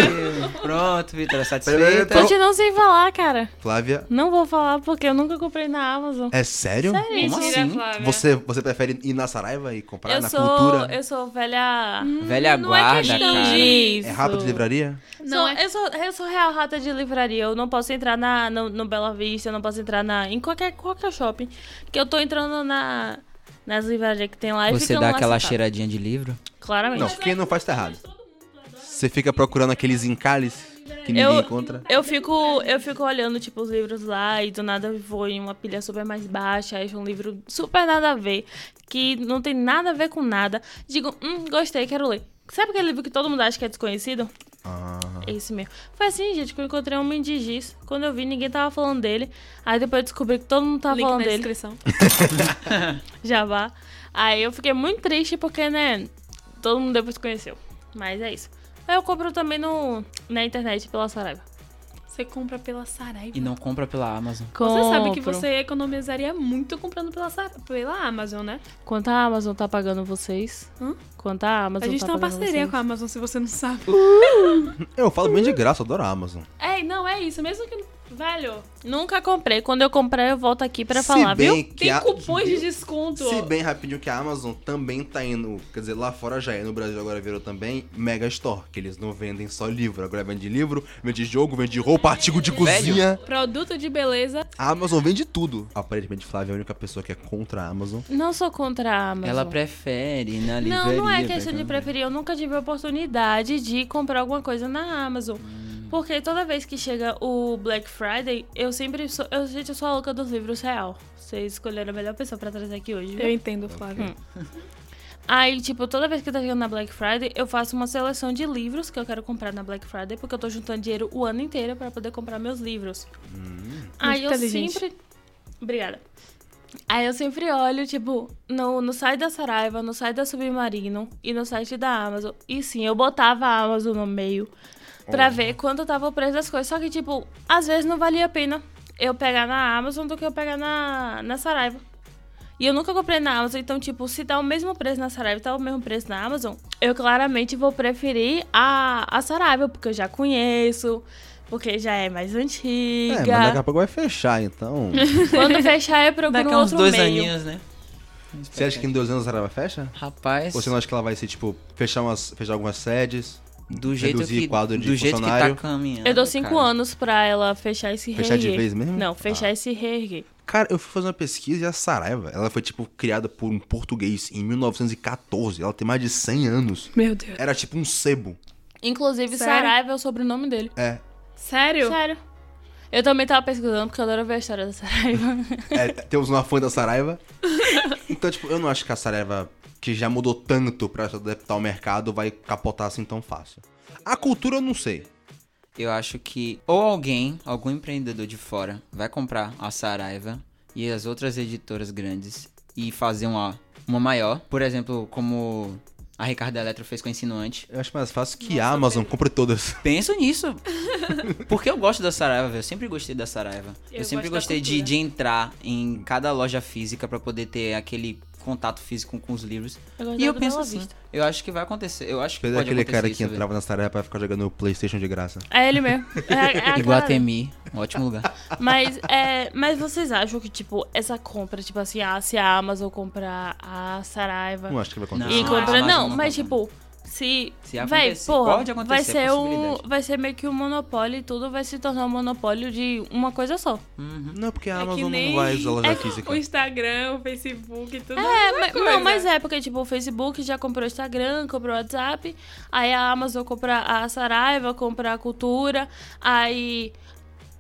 [SPEAKER 2] Pronto, Vitor, é
[SPEAKER 1] Pera-
[SPEAKER 2] satisfeita?
[SPEAKER 1] pera-
[SPEAKER 4] Hoje eu não sei falar, cara.
[SPEAKER 1] Flávia,
[SPEAKER 4] Não vou falar porque eu nunca comprei na Amazon.
[SPEAKER 1] é sério?
[SPEAKER 4] Sério?
[SPEAKER 2] Como
[SPEAKER 3] Mentira,
[SPEAKER 2] assim?
[SPEAKER 3] Flávia.
[SPEAKER 1] Você, você prefere ir na Saraiva e comprar
[SPEAKER 4] Eu
[SPEAKER 1] na
[SPEAKER 4] sou,
[SPEAKER 1] cultura?
[SPEAKER 4] eu sou velha.
[SPEAKER 2] Velha
[SPEAKER 3] Não é
[SPEAKER 2] guarda,
[SPEAKER 3] questão
[SPEAKER 2] cara.
[SPEAKER 3] de-
[SPEAKER 1] É rápido de livraria?
[SPEAKER 3] Não
[SPEAKER 4] Não,
[SPEAKER 3] é-
[SPEAKER 4] eu, sou, eu sou real rata de livraria. Eu não posso entrar na, no, no Bela Vista, eu não posso entrar na, em qualquer, qualquer shopping. Que eu tô entrando na, nas livrarias que tem lá e
[SPEAKER 2] Você
[SPEAKER 4] ficando
[SPEAKER 2] dá
[SPEAKER 4] lá
[SPEAKER 2] aquela
[SPEAKER 4] sentada.
[SPEAKER 2] cheiradinha de livro?
[SPEAKER 4] Claramente.
[SPEAKER 1] Não, quem não faz tá errado. Você fica procurando aqueles encalhes que ninguém
[SPEAKER 4] Eu-
[SPEAKER 1] encontra.
[SPEAKER 4] Eu fico, eu fico olhando, tipo, os livros lá e do nada eu vou em uma pilha super mais baixa, acho um livro super nada a ver, que não tem nada a ver com nada. Digo, hum, gostei, quero ler. Sabe aquele livro que todo mundo acha que é desconhecido?
[SPEAKER 1] Ah,
[SPEAKER 4] Esse É mesmo. Foi assim, gente, que eu encontrei um Homem de Giz. Quando eu vi, ninguém tava falando dele. Aí depois eu descobri que todo mundo tava
[SPEAKER 3] Link na
[SPEAKER 4] falando dele.
[SPEAKER 3] descrição.
[SPEAKER 4] Jabá. Aí eu fiquei muito triste porque, né, todo mundo depois conheceu. Mas é isso. Aí eu compro também no, na internet pela Saraiva.
[SPEAKER 3] Você compra pela Saraiva.
[SPEAKER 2] E não compra pela Amazon.
[SPEAKER 3] Você sabe que
[SPEAKER 4] Compro.
[SPEAKER 3] você economizaria muito comprando pela, Sara- pela Amazon, né?
[SPEAKER 4] Quanto a Amazon tá pagando vocês?
[SPEAKER 3] Hã?
[SPEAKER 4] Quanto a Amazon
[SPEAKER 3] a gente
[SPEAKER 4] tá
[SPEAKER 3] tem uma
[SPEAKER 4] pagando
[SPEAKER 3] parceria
[SPEAKER 4] vocês?
[SPEAKER 3] com a Amazon, se você não sabe.
[SPEAKER 2] Uh.
[SPEAKER 1] eu falo bem de graça, eu adoro a Amazon.
[SPEAKER 3] É, não, é isso. Mesmo que. Velho,
[SPEAKER 4] Nunca comprei. Quando eu comprar, eu volto aqui pra
[SPEAKER 1] Se
[SPEAKER 4] falar,
[SPEAKER 1] bem
[SPEAKER 4] viu?
[SPEAKER 1] que
[SPEAKER 3] tem
[SPEAKER 1] a-
[SPEAKER 3] cupons de desconto.
[SPEAKER 1] Se bem rapidinho que a Amazon também tá indo, quer dizer, lá fora já é, no Brasil agora virou também Mega Store, que eles não vendem só livro, agora vende livro, vende jogo, vende roupa, artigo de cozinha.
[SPEAKER 3] Produto de beleza.
[SPEAKER 1] A Amazon vende tudo. Aparentemente, Flávia é a única pessoa que é contra a Amazon.
[SPEAKER 4] Não sou contra a Amazon.
[SPEAKER 2] Ela prefere na
[SPEAKER 4] Não,
[SPEAKER 2] livraria.
[SPEAKER 4] não é questão de
[SPEAKER 2] velho.
[SPEAKER 4] preferir. Eu nunca tive a oportunidade de comprar alguma coisa na Amazon. Porque toda vez que chega o Black Friday, eu sempre sou. Eu, gente, eu sou a louca dos livros real. Vocês escolheram a melhor pessoa pra trazer aqui hoje. viu?
[SPEAKER 3] Eu entendo, Flávia.
[SPEAKER 2] Hum.
[SPEAKER 4] Aí, tipo, toda vez que tá chegando na Black Friday, eu faço uma seleção de livros que eu quero comprar na Black Friday, porque eu tô juntando dinheiro o ano inteiro pra poder comprar meus livros. Aí
[SPEAKER 3] Muito
[SPEAKER 4] eu
[SPEAKER 3] inteligente.
[SPEAKER 4] sempre. Obrigada. Aí eu sempre olho, tipo, no, no site da Saraiva, no site da Submarino e no site da Amazon. E sim, eu botava a Amazon no meio
[SPEAKER 1] É.
[SPEAKER 4] pra ver quanto tava o preço das coisas. Só que, tipo, às vezes não valia a pena eu pegar na Amazon do que eu pegar na, na Saraiva. E eu nunca comprei na Amazon, então, tipo, se tá o mesmo preço na Saraiva e tá o mesmo preço na Amazon, eu claramente vou preferir a, a Saraiva, porque eu já conheço, porque já é mais antiga.
[SPEAKER 1] É, mas daqui a pouco vai fechar, então.
[SPEAKER 4] Quando fechar, eu procuro
[SPEAKER 2] Daqui
[SPEAKER 4] um
[SPEAKER 2] a uns
[SPEAKER 4] outro
[SPEAKER 2] dois
[SPEAKER 4] meio.
[SPEAKER 2] aninhos, né?
[SPEAKER 1] Você acha que em dois anos a Saraiva fecha?
[SPEAKER 2] Rapaz,
[SPEAKER 1] Ou você não acha que ela vai ser, tipo, fechar, umas, fechar algumas sedes?
[SPEAKER 2] do jeito
[SPEAKER 1] reduzir
[SPEAKER 2] que,
[SPEAKER 1] quadro de
[SPEAKER 2] do jeito que tá
[SPEAKER 1] funcionário?
[SPEAKER 2] caminhando.
[SPEAKER 4] Eu dou cinco
[SPEAKER 2] cara.
[SPEAKER 4] anos pra ela fechar esse
[SPEAKER 1] Fechar
[SPEAKER 4] reerguer.
[SPEAKER 1] de vez mesmo? Ah.
[SPEAKER 4] Não, fechar esse reerguer.
[SPEAKER 1] Cara, eu fui fazer uma pesquisa e a Saraiva, ela foi, tipo, criada por um português em 1914. Ela tem mais de 100 anos.
[SPEAKER 3] Meu Deus.
[SPEAKER 1] Era tipo um sebo.
[SPEAKER 4] Inclusive,
[SPEAKER 3] Sério?
[SPEAKER 4] Saraiva é o sobrenome dele.
[SPEAKER 1] É.
[SPEAKER 3] Sério?
[SPEAKER 4] Sério. Eu também tava pesquisando, porque eu adoro ver a história da Saraiva.
[SPEAKER 1] é temos uma fã da Saraiva. Então, tipo, eu não acho que a Saraiva, que já mudou tanto pra se adaptar ao mercado, vai capotar assim tão fácil. A cultura eu não sei.
[SPEAKER 2] Eu acho que ou alguém, algum empreendedor de fora, vai comprar a Saraiva e as outras editoras grandes e fazer uma, uma maior. Por exemplo, como a Ricardo Eletro fez com a Insinuante.
[SPEAKER 1] Eu acho mais fácil que a Amazon compre todas.
[SPEAKER 2] Penso nisso. Porque eu gosto da Saraiva, velho. Eu sempre gostei da Saraiva. Eu,
[SPEAKER 3] Eu
[SPEAKER 2] sempre
[SPEAKER 3] gosto da
[SPEAKER 2] gostei de,
[SPEAKER 3] cultura.
[SPEAKER 2] de entrar em cada loja física pra poder ter aquele contato físico com os livros.
[SPEAKER 4] gosto
[SPEAKER 2] E eu
[SPEAKER 4] do
[SPEAKER 2] penso
[SPEAKER 4] Bela
[SPEAKER 2] assim,
[SPEAKER 4] Vista.
[SPEAKER 2] eu acho que vai acontecer. Eu acho que
[SPEAKER 1] Fez
[SPEAKER 2] pode
[SPEAKER 1] aquele
[SPEAKER 2] acontecer
[SPEAKER 1] cara que
[SPEAKER 2] isso, velho.
[SPEAKER 1] entrava na Saraiva pra ficar jogando Playstation de graça.
[SPEAKER 4] É ele mesmo. É, é a cara dele.
[SPEAKER 2] Iguatemi, um ótimo lugar.
[SPEAKER 4] Mas, é, mas vocês acham que, tipo, essa compra, tipo assim, ah, se a Amazon comprar a Saraiva
[SPEAKER 1] Não acho que vai
[SPEAKER 4] e
[SPEAKER 1] acontecer.
[SPEAKER 2] Não,
[SPEAKER 4] comprar.
[SPEAKER 2] a Amazon
[SPEAKER 4] Não,
[SPEAKER 2] não
[SPEAKER 4] mas
[SPEAKER 2] compra.
[SPEAKER 4] tipo, se.
[SPEAKER 2] Se
[SPEAKER 4] Véi,
[SPEAKER 2] acontecer,
[SPEAKER 4] porra,
[SPEAKER 2] pode acontecer,
[SPEAKER 4] vai
[SPEAKER 2] é
[SPEAKER 4] ser um.
[SPEAKER 2] possibilidade.
[SPEAKER 4] Vai ser meio que um monopólio e tudo vai se tornar um monopólio de uma coisa só.
[SPEAKER 2] Uhum.
[SPEAKER 1] Não, porque a
[SPEAKER 3] É que
[SPEAKER 1] Amazon
[SPEAKER 3] nem-
[SPEAKER 1] não vai usar loja
[SPEAKER 4] é que
[SPEAKER 1] física.
[SPEAKER 3] O Instagram, o Facebook, tudo.
[SPEAKER 4] É,
[SPEAKER 3] mesma
[SPEAKER 4] mas,
[SPEAKER 3] coisa.
[SPEAKER 4] não, mas é, porque, tipo, o Facebook já comprou o Instagram, comprou o WhatsApp, aí a Amazon compra a Saraiva, compra a Cultura, aí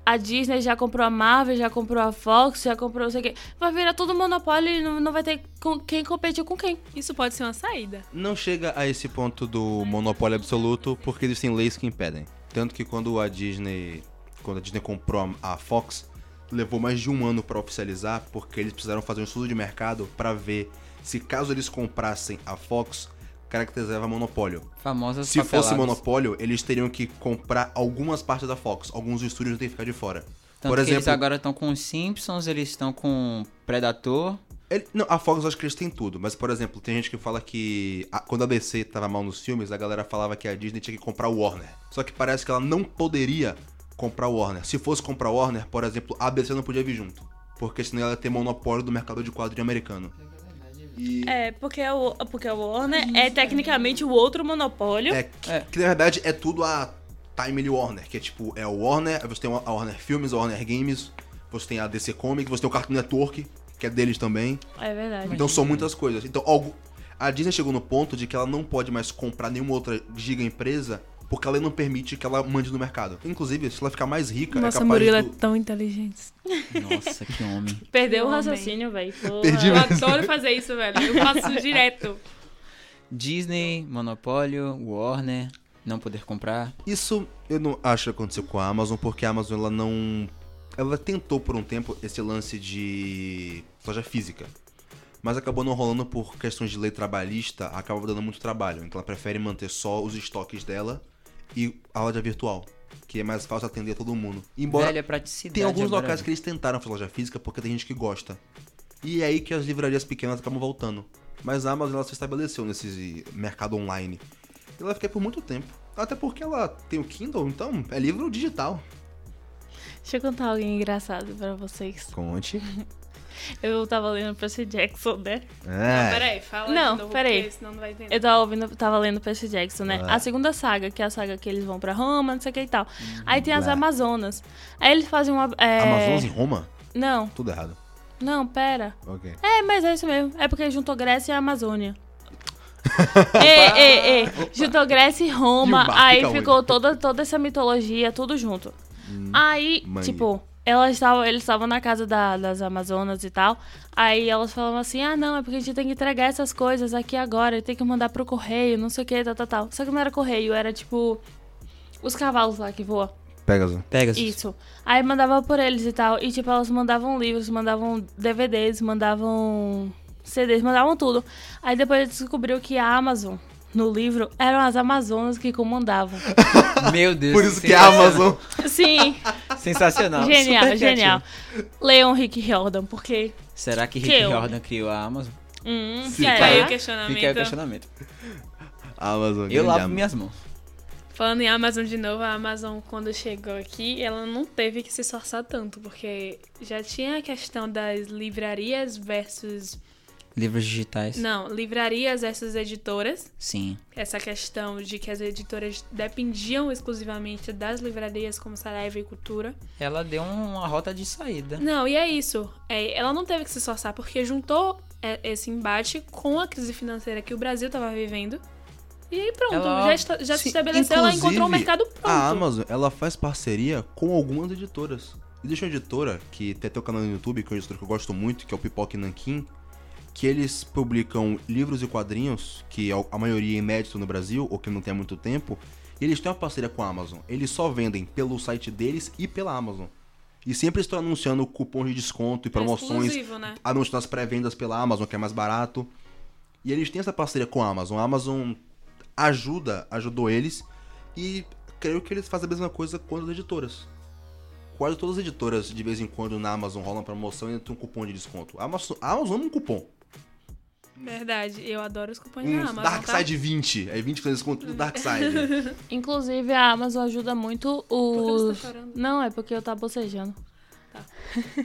[SPEAKER 4] a Disney já comprou a Marvel, já comprou a Fox, já comprou não sei o quê. Vai virar tudo monopólio e não, não vai ter com quem competir com quem.
[SPEAKER 3] Isso pode ser uma saída.
[SPEAKER 1] Não chega a esse ponto do monopólio absoluto, porque existem leis que impedem. Tanto que quando a Disney, quando a Disney comprou a a Fox, levou mais de um ano pra oficializar, porque eles precisaram fazer um estudo de mercado pra ver se caso eles comprassem a Fox, caracterizava monopólio.
[SPEAKER 2] Famosas
[SPEAKER 1] Se fosse
[SPEAKER 2] papeladas.
[SPEAKER 1] monopólio, eles teriam que comprar algumas partes da Fox, alguns estúdios não tem que ficar de fora.
[SPEAKER 2] Tanto
[SPEAKER 1] Por
[SPEAKER 2] que eles
[SPEAKER 1] exemplo-
[SPEAKER 2] agora estão com os Simpsons, eles estão com Predator.
[SPEAKER 1] Ele- não, a Fox eu acho que eles têm tudo, mas por exemplo, tem gente que fala que a- quando a DC tava mal nos filmes, a galera falava que a Disney tinha que comprar o Warner. Só que parece que ela não poderia comprar o Warner. Se fosse comprar o Warner, por exemplo, a ABC não podia vir junto, porque senão ela ia ter monopólio do mercado de quadrinho americano. E
[SPEAKER 4] É, porque o, porque o Warner é tecnicamente o outro monopólio.
[SPEAKER 1] é, que,
[SPEAKER 2] É.
[SPEAKER 1] que, na verdade é tudo a Timely Warner, que é tipo, é o Warner, aí você tem a Warner Filmes, a Warner Games, você tem a DC Comics, você tem o Cartoon Network, que é deles também.
[SPEAKER 4] É verdade.
[SPEAKER 1] Então são muitas coisas. Então, algo. A Disney chegou no ponto de que ela não pode mais comprar nenhuma outra giga empresa porque ela não permite que ela mande no mercado. Inclusive, se ela ficar mais rica, é
[SPEAKER 3] Nossa,
[SPEAKER 1] capaz
[SPEAKER 3] Murilo
[SPEAKER 1] do-
[SPEAKER 3] é tão inteligente.
[SPEAKER 2] Nossa, que homem.
[SPEAKER 4] Perdeu o
[SPEAKER 3] Homem.
[SPEAKER 4] raciocínio, velho.
[SPEAKER 1] Perdi
[SPEAKER 3] Eu
[SPEAKER 1] mesmo.
[SPEAKER 3] adoro fazer isso, velho. Eu faço direto.
[SPEAKER 2] Disney, Monopólio, Warner, não poder comprar.
[SPEAKER 1] Isso eu não acho que aconteceu com a Amazon, porque a Amazon ela não. Ela tentou por um tempo esse lance de loja física. Mas acabou não rolando por questões de lei trabalhista, acaba dando muito trabalho. Então ela prefere manter só os estoques dela e a loja virtual, que é mais fácil atender a todo mundo. Embora
[SPEAKER 2] Velha praticidade.
[SPEAKER 1] Tem alguns
[SPEAKER 2] agora,
[SPEAKER 1] locais que
[SPEAKER 2] velho.
[SPEAKER 1] eles tentaram fazer loja física porque tem gente que gosta. E é aí que as livrarias pequenas acabam voltando. Mas a Amazon ela se estabeleceu nesse mercado online. E ela fica por muito tempo. Até porque ela tem o Kindle, então é livro digital.
[SPEAKER 4] Deixa eu contar alguém engraçado pra vocês.
[SPEAKER 1] Conte.
[SPEAKER 4] Eu tava lendo Percy Jackson, né?
[SPEAKER 1] É.
[SPEAKER 3] Peraí, fala
[SPEAKER 4] Não,
[SPEAKER 3] de novo,
[SPEAKER 4] peraí.
[SPEAKER 3] porque senão não vai entender.
[SPEAKER 4] Eu tava ouvindo, tava lendo Percy Jackson, né?
[SPEAKER 1] Ah.
[SPEAKER 4] A segunda saga, que é a saga que eles vão pra Roma, não sei o que e tal. Aí tem as
[SPEAKER 1] Lá.
[SPEAKER 4] Amazonas. Aí eles fazem uma. É...
[SPEAKER 1] Amazonas em Roma?
[SPEAKER 4] Não,
[SPEAKER 1] Tudo errado.
[SPEAKER 4] não, pera.
[SPEAKER 1] Ok.
[SPEAKER 4] É, mas é isso mesmo. É porque juntou Grécia e a Amazônia. ei, ei, ei. Juntou Grécia e Roma.
[SPEAKER 1] E o mar
[SPEAKER 4] aí
[SPEAKER 1] fica
[SPEAKER 4] ficou
[SPEAKER 1] onde? Hum,
[SPEAKER 4] toda, toda essa mitologia, tudo junto. aí,
[SPEAKER 1] mangue.
[SPEAKER 4] tipo, elas estavam, eles estavam na casa da- das Amazonas e tal. Aí elas falavam assim: ah, não, é porque a gente tem que entregar essas coisas aqui agora, tem que mandar pro correio, não sei o que, tal, tal, tal. Só que não era correio, era tipo. Os cavalos lá que voam.
[SPEAKER 1] Pegasus.
[SPEAKER 2] Pega
[SPEAKER 4] Isso. Aí mandava por eles e tal. E, tipo, elas mandavam livros, mandavam DVDs, mandavam CDs, mandavam tudo. Aí depois ele descobriu que a Amazon, no livro, eram as Amazonas que comandavam.
[SPEAKER 2] Meu Deus.
[SPEAKER 1] Por isso que é a Amazon.
[SPEAKER 4] Sim,
[SPEAKER 2] Sensacional.
[SPEAKER 4] genial,
[SPEAKER 2] Tá, Super criativo.
[SPEAKER 4] genial. Leiam Rick Riordan, porque.
[SPEAKER 2] Será que Rick
[SPEAKER 4] Que eu.
[SPEAKER 2] Jordan criou a Amazon?
[SPEAKER 4] Hum,
[SPEAKER 1] Sim,
[SPEAKER 4] será?
[SPEAKER 3] Fica aí
[SPEAKER 2] Fica
[SPEAKER 3] o
[SPEAKER 2] aí o
[SPEAKER 3] questionamento.
[SPEAKER 2] questionamento.
[SPEAKER 1] Amazon.
[SPEAKER 2] Eu
[SPEAKER 1] grande
[SPEAKER 2] lavo
[SPEAKER 1] Am-
[SPEAKER 2] minhas mãos.
[SPEAKER 3] Falando em Amazon de novo, a Amazon, quando chegou aqui, ela não teve que se esforçar tanto, porque já tinha a questão das livrarias versus.
[SPEAKER 2] Livros digitais.
[SPEAKER 3] Não, livrarias versus editoras.
[SPEAKER 2] Sim.
[SPEAKER 3] Essa questão de que as editoras dependiam exclusivamente das livrarias, como Saraiva e Cultura.
[SPEAKER 2] Ela deu uma rota de saída.
[SPEAKER 3] Não, e é isso. É, ela não teve que se esforçar porque juntou é, esse embate com a crise financeira que o Brasil estava vivendo. E aí pronto,
[SPEAKER 2] Ela-
[SPEAKER 3] já, esta- já se
[SPEAKER 1] Sim,
[SPEAKER 3] estabeleceu, ela
[SPEAKER 1] inclusive,
[SPEAKER 3] encontrou um mercado pronto.
[SPEAKER 1] A Amazon, ela faz parceria com algumas editoras. Existe uma editora que tem até o canal no YouTube, que é uma editora que eu gosto muito, que é o Pipoque Nanquim, que eles publicam livros e quadrinhos, que a a maioria é inédito no Brasil, ou que não tem há muito tempo, e eles têm uma parceria com a Amazon. Eles só vendem pelo site deles e pela Amazon. E sempre estão anunciando cupons de desconto e promoções
[SPEAKER 3] é Exclusivo, né?
[SPEAKER 1] anúncio nas pré-vendas pela Amazon, que é mais barato. E eles têm essa parceria com a Amazon. A Amazon ajuda, ajudou eles. E creio que eles fazem a mesma coisa com as editoras. Quase todas as editoras, de vez em quando, na Amazon rolam promoção e ainda tem um cupom de desconto. A Amazon, a Amazon é um cupom.
[SPEAKER 3] Verdade, eu adoro os cupons da
[SPEAKER 1] Um
[SPEAKER 3] Amazon.
[SPEAKER 1] Dark
[SPEAKER 3] tá?
[SPEAKER 1] Side 20. É 20% de desconto do Dark Side.
[SPEAKER 4] Inclusive, a Amazon ajuda muito
[SPEAKER 3] que você
[SPEAKER 4] os.
[SPEAKER 3] tá chorando?
[SPEAKER 4] Não, é porque eu tava bocejando.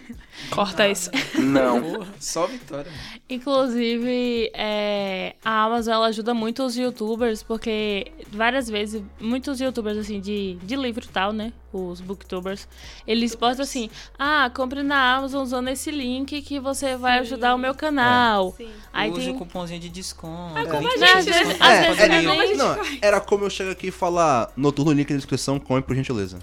[SPEAKER 3] Corta isso.
[SPEAKER 2] Porra, só vitória. mano.
[SPEAKER 4] Inclusive, é, a Amazon ela ajuda muito os youtubers, porque várias vezes, muitos youtubers assim, de, de livro e tal, né? Os booktubers, eles postam assim, ah, compre na Amazon usando esse link que você vai
[SPEAKER 3] Sim. É.
[SPEAKER 4] ajudar o meu canal.
[SPEAKER 3] Sim.
[SPEAKER 4] Aí
[SPEAKER 2] Usa
[SPEAKER 4] tem.
[SPEAKER 2] o cupomzinho de desconto. Ah,
[SPEAKER 4] como a gente- às vezes- às vezes
[SPEAKER 1] é,
[SPEAKER 4] não é como a
[SPEAKER 1] é, não, era como eu chegar aqui e falar noturno link na descrição, come por gentileza.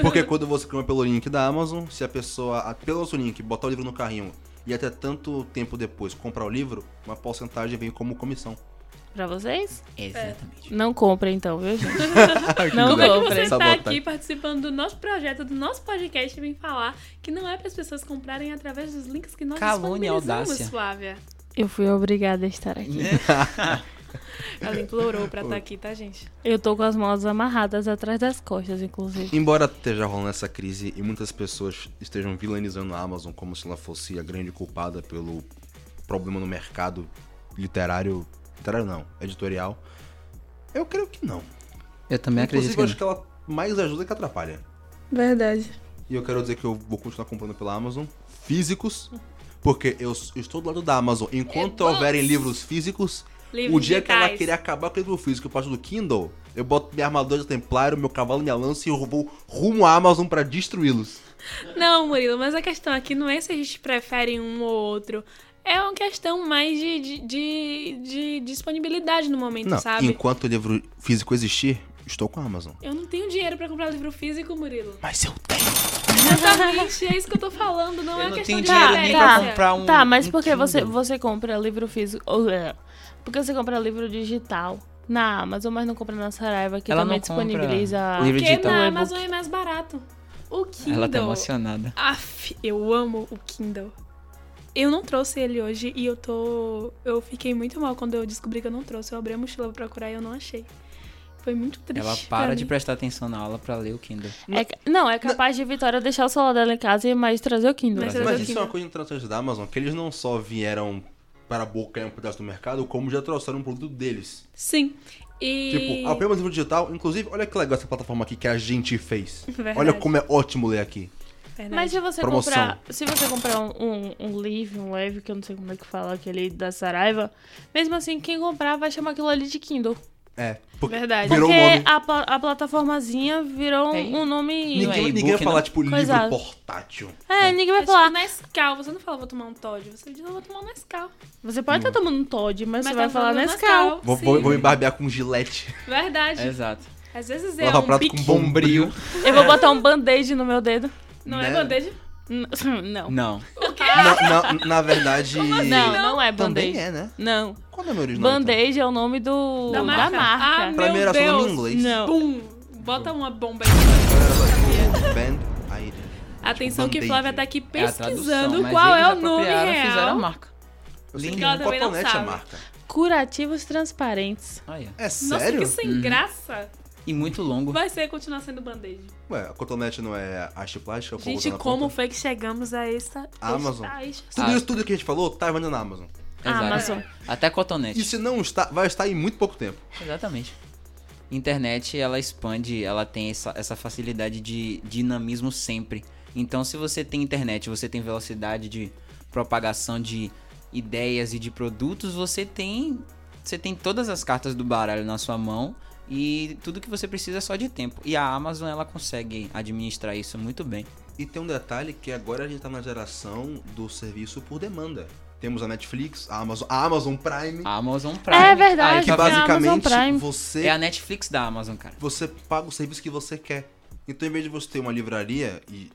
[SPEAKER 1] Porque quando você clica pelo link da Amazon, se a pessoa, a- pelo nosso link, botar o livro no carrinho e até tanto tempo depois comprar o livro, uma porcentagem vem como comissão.
[SPEAKER 4] Pra vocês?
[SPEAKER 2] É. Exatamente.
[SPEAKER 4] Não compre então, viu, gente? Não
[SPEAKER 3] Como é que você
[SPEAKER 4] comprem.
[SPEAKER 3] está
[SPEAKER 1] Sabotagem.
[SPEAKER 3] aqui participando do nosso projeto, do nosso podcast, e vem falar que não é para as pessoas comprarem através dos links que nós
[SPEAKER 2] Calúnia,
[SPEAKER 3] disponibilizamos,
[SPEAKER 2] audácia.
[SPEAKER 3] Flávia?
[SPEAKER 4] Eu fui obrigada a estar aqui.
[SPEAKER 3] Ela implorou pra estar aqui, tá, gente?
[SPEAKER 4] Eu tô com as mãos amarradas atrás das costas, inclusive.
[SPEAKER 1] Embora esteja rolando essa crise e muitas pessoas estejam vilanizando a Amazon como se ela fosse a grande culpada pelo problema no mercado literário. Literário não, editorial. Eu creio que não.
[SPEAKER 2] Eu também
[SPEAKER 1] Inclusive,
[SPEAKER 2] acredito é que
[SPEAKER 1] eu
[SPEAKER 2] não.
[SPEAKER 1] acho que ela mais ajuda que atrapalha.
[SPEAKER 3] Verdade.
[SPEAKER 1] E eu quero dizer que eu vou continuar comprando pela Amazon físicos, porque eu s- estou do lado da Amazon. Enquanto
[SPEAKER 3] É bom.
[SPEAKER 1] houverem livros físicos,
[SPEAKER 3] Livros
[SPEAKER 1] o dia que ela
[SPEAKER 3] digitais.
[SPEAKER 1] querer acabar com o livro físico, eu passo do Kindle, eu boto minha armadura de templário, meu cavalo, minha lança e eu vou rumo à Amazon pra destruí-los.
[SPEAKER 3] Não, Murilo, mas a questão aqui não é se a gente prefere um ou outro. É uma questão mais de, de, de- de disponibilidade no momento,
[SPEAKER 1] Não,
[SPEAKER 3] sabe?
[SPEAKER 1] enquanto o livro físico existir, estou com a Amazon.
[SPEAKER 3] Eu não tenho dinheiro pra comprar livro físico, Murilo.
[SPEAKER 1] Mas eu tenho.
[SPEAKER 3] Exatamente, é isso que eu tô falando, não é
[SPEAKER 2] Eu não
[SPEAKER 3] uma questão
[SPEAKER 2] tenho
[SPEAKER 3] de
[SPEAKER 2] dinheiro nem pra
[SPEAKER 3] diferença.
[SPEAKER 2] comprar um.
[SPEAKER 4] Tá, mas
[SPEAKER 2] um
[SPEAKER 4] por que
[SPEAKER 2] Kindle.
[SPEAKER 4] você, você compra livro físico? Ou, é, por que você compra livro digital na Amazon, mas não compra na Saraiva, que
[SPEAKER 2] Ela
[SPEAKER 4] também
[SPEAKER 2] não compra
[SPEAKER 4] disponibiliza.
[SPEAKER 2] livro
[SPEAKER 3] Porque
[SPEAKER 2] digital.
[SPEAKER 3] na Amazon é mais barato. O Kindle.
[SPEAKER 2] Ela tá emocionada.
[SPEAKER 3] Aff, eu amo o Kindle. Eu não trouxe ele hoje e eu tô. Eu fiquei muito mal quando eu descobri que eu não trouxe. Eu abri a mochila pra procurar e eu não achei. Foi muito triste.
[SPEAKER 2] Ela
[SPEAKER 3] pra
[SPEAKER 2] para
[SPEAKER 3] mim.
[SPEAKER 2] de prestar atenção na aula pra ler o Kindle.
[SPEAKER 4] É ca- não, é capaz de Vitória deixar o celular dela em casa e mais trazer o Kindle.
[SPEAKER 3] Mas
[SPEAKER 2] Trazer
[SPEAKER 1] Mas
[SPEAKER 3] o
[SPEAKER 1] isso é
[SPEAKER 3] Kindle.
[SPEAKER 1] uma coisa interessante da Amazon, que eles não só vieram para boca um pedaço do mercado, como já trouxeram um produto deles.
[SPEAKER 3] Sim. E.
[SPEAKER 1] Tipo, a Prima Livro Digital, inclusive, olha que legal essa plataforma aqui que a gente fez.
[SPEAKER 3] Verdade.
[SPEAKER 1] Olha como é ótimo ler aqui.
[SPEAKER 3] Verdade.
[SPEAKER 4] Mas se você
[SPEAKER 1] Promoção.
[SPEAKER 4] comprar, se você comprar um, um, um livro, um leve, que eu não sei como é que fala, aquele da Saraiva, mesmo assim, quem comprar vai chamar aquilo ali de Kindle.
[SPEAKER 1] É, porque
[SPEAKER 3] Verdade.
[SPEAKER 1] Virou
[SPEAKER 4] porque
[SPEAKER 1] um nome.
[SPEAKER 4] a, pla- a plataformazinha virou
[SPEAKER 2] É.
[SPEAKER 4] um, um nome.
[SPEAKER 2] Não é
[SPEAKER 1] ninguém,
[SPEAKER 2] e-book,
[SPEAKER 1] ninguém vai falar,
[SPEAKER 2] não.
[SPEAKER 1] tipo, livro
[SPEAKER 4] Coisado.
[SPEAKER 1] portátil.
[SPEAKER 4] É, ninguém
[SPEAKER 3] É
[SPEAKER 4] vai
[SPEAKER 3] tipo,
[SPEAKER 4] falar.
[SPEAKER 3] Nescau, você não fala vou tomar um Todd, você diz eu vou tomar um Nescau.
[SPEAKER 4] Você pode estar tomando um Todd, mas, você
[SPEAKER 3] tá
[SPEAKER 4] vai falar
[SPEAKER 3] falando
[SPEAKER 4] Nescau.
[SPEAKER 1] Vou,
[SPEAKER 3] sim.
[SPEAKER 1] vou- vou me barbear com gilete.
[SPEAKER 3] Verdade.
[SPEAKER 2] Exato.
[SPEAKER 3] Às vezes é
[SPEAKER 1] Lava
[SPEAKER 3] um
[SPEAKER 1] prato
[SPEAKER 3] pique.
[SPEAKER 1] com bombril.
[SPEAKER 4] Eu vou botar um band-aid no meu dedo.
[SPEAKER 3] Não
[SPEAKER 1] né?
[SPEAKER 3] é bandeja?
[SPEAKER 4] N- Não.
[SPEAKER 2] Não.
[SPEAKER 1] Na, na- na verdade.
[SPEAKER 3] assim?
[SPEAKER 4] Não, não é
[SPEAKER 1] Também
[SPEAKER 4] band-aid.
[SPEAKER 1] é, né?
[SPEAKER 4] Não.
[SPEAKER 1] Qual é o meu original?
[SPEAKER 4] Band-aid é o nome do
[SPEAKER 3] Da marca. Ah,
[SPEAKER 1] Então? Pra mim
[SPEAKER 3] Meu
[SPEAKER 1] era só nome
[SPEAKER 3] Deus.
[SPEAKER 1] em inglês.
[SPEAKER 4] Não.
[SPEAKER 3] Bum! Bota uma bomba aí.
[SPEAKER 1] Band Aid.
[SPEAKER 3] Atenção que
[SPEAKER 1] Band-aid.
[SPEAKER 3] Flávia tá aqui
[SPEAKER 2] É a tradução,
[SPEAKER 3] pesquisando
[SPEAKER 2] mas
[SPEAKER 3] qual
[SPEAKER 2] eles
[SPEAKER 3] é o nome
[SPEAKER 2] apropriaram, Fizeram a
[SPEAKER 3] real.
[SPEAKER 2] marca.
[SPEAKER 1] Eu sei que
[SPEAKER 2] Ela
[SPEAKER 3] também não
[SPEAKER 1] Cotonete é a
[SPEAKER 3] sabe.
[SPEAKER 1] marca.
[SPEAKER 4] Curativos transparentes.
[SPEAKER 2] Olha.
[SPEAKER 1] É
[SPEAKER 3] Nossa,
[SPEAKER 1] sério?
[SPEAKER 3] que sem graça.
[SPEAKER 2] E muito longo.
[SPEAKER 3] Vai ser continuar sendo band-aid.
[SPEAKER 1] Ué, a cotonete não é haste plástica? com
[SPEAKER 3] Gente,
[SPEAKER 1] botão na
[SPEAKER 3] como
[SPEAKER 1] ponta?
[SPEAKER 3] foi que chegamos a essa
[SPEAKER 1] Amazon.
[SPEAKER 3] esta- esta-
[SPEAKER 1] Tudo isso, tudo que a gente falou, tá vendendo na Amazon.
[SPEAKER 2] Exato.
[SPEAKER 4] Amazon.
[SPEAKER 2] Até cotonete.
[SPEAKER 1] E se não está, vai estar em muito pouco tempo.
[SPEAKER 2] Exatamente. Internet, ela expande, ela tem essa, essa facilidade de dinamismo sempre. Então, se você tem internet, você tem velocidade de propagação de ideias e de produtos, você tem você tem todas as cartas do baralho na sua mão e tudo que você precisa é só de tempo. E a Amazon, ela consegue administrar isso muito bem.
[SPEAKER 1] E tem um detalhe que agora a gente tá na geração do serviço por demanda. Temos a Netflix, a Amazon, a Amazon Prime,
[SPEAKER 2] A Amazon Prime.
[SPEAKER 4] É verdade.
[SPEAKER 2] Aí,
[SPEAKER 1] que
[SPEAKER 4] a
[SPEAKER 2] tá vendo?
[SPEAKER 1] basicamente
[SPEAKER 4] Amazon Prime.
[SPEAKER 1] você
[SPEAKER 2] É a Netflix da Amazon, cara.
[SPEAKER 1] você paga o serviço que você quer. Então, em vez de você ter uma livraria e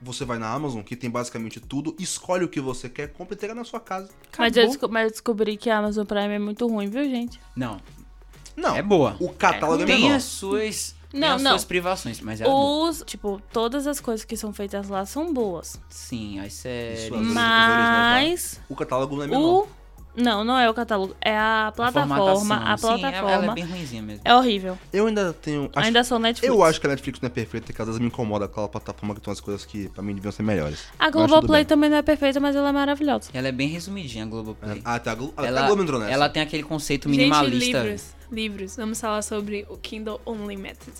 [SPEAKER 1] você vai na Amazon, que tem basicamente tudo, escolhe o que você quer, compra e entrega na sua casa.
[SPEAKER 4] Mas eu,
[SPEAKER 2] Acabou.
[SPEAKER 4] desco- mas eu descobri que a Amazon Prime é muito ruim, viu, gente?
[SPEAKER 2] Não,
[SPEAKER 1] Não,
[SPEAKER 2] é boa.
[SPEAKER 1] o catálogo é,
[SPEAKER 2] tem
[SPEAKER 1] menor.
[SPEAKER 2] as suas, tem
[SPEAKER 4] Não,
[SPEAKER 2] as
[SPEAKER 4] não.
[SPEAKER 2] suas privações, mas ela é boa.
[SPEAKER 4] Os, tipo, todas as coisas que são feitas lá são boas.
[SPEAKER 2] Sim, as séries.
[SPEAKER 1] Isso, as Mas-
[SPEAKER 4] Mas
[SPEAKER 1] O catálogo não é menor.
[SPEAKER 4] o. Não, não é o catálogo. É a plataforma. A,
[SPEAKER 2] formatação. tá Sim, ela- ela é
[SPEAKER 4] plataforma
[SPEAKER 2] bem ruimzinha mesmo.
[SPEAKER 4] é, horrível.
[SPEAKER 1] Eu ainda tenho... acho-
[SPEAKER 4] Ainda são Netflix.
[SPEAKER 1] eu acho que a Netflix não é perfeita, que às vezes me incomoda aquela plataforma que tem umas coisas que pra mim deviam ser melhores.
[SPEAKER 4] A
[SPEAKER 1] Mas tudo
[SPEAKER 4] Globoplay
[SPEAKER 1] bem.
[SPEAKER 4] também não é perfeita, mas ela é maravilhosa.
[SPEAKER 2] Ela é bem resumidinha, a Globoplay.
[SPEAKER 1] Ah, até a Glo- até a
[SPEAKER 2] ela,
[SPEAKER 1] Globo entrou nessa.
[SPEAKER 2] ela tem aquele conceito
[SPEAKER 3] Gente,
[SPEAKER 2] minimalista.
[SPEAKER 3] livros. Livros. Vamos falar sobre o Kindle Only Method.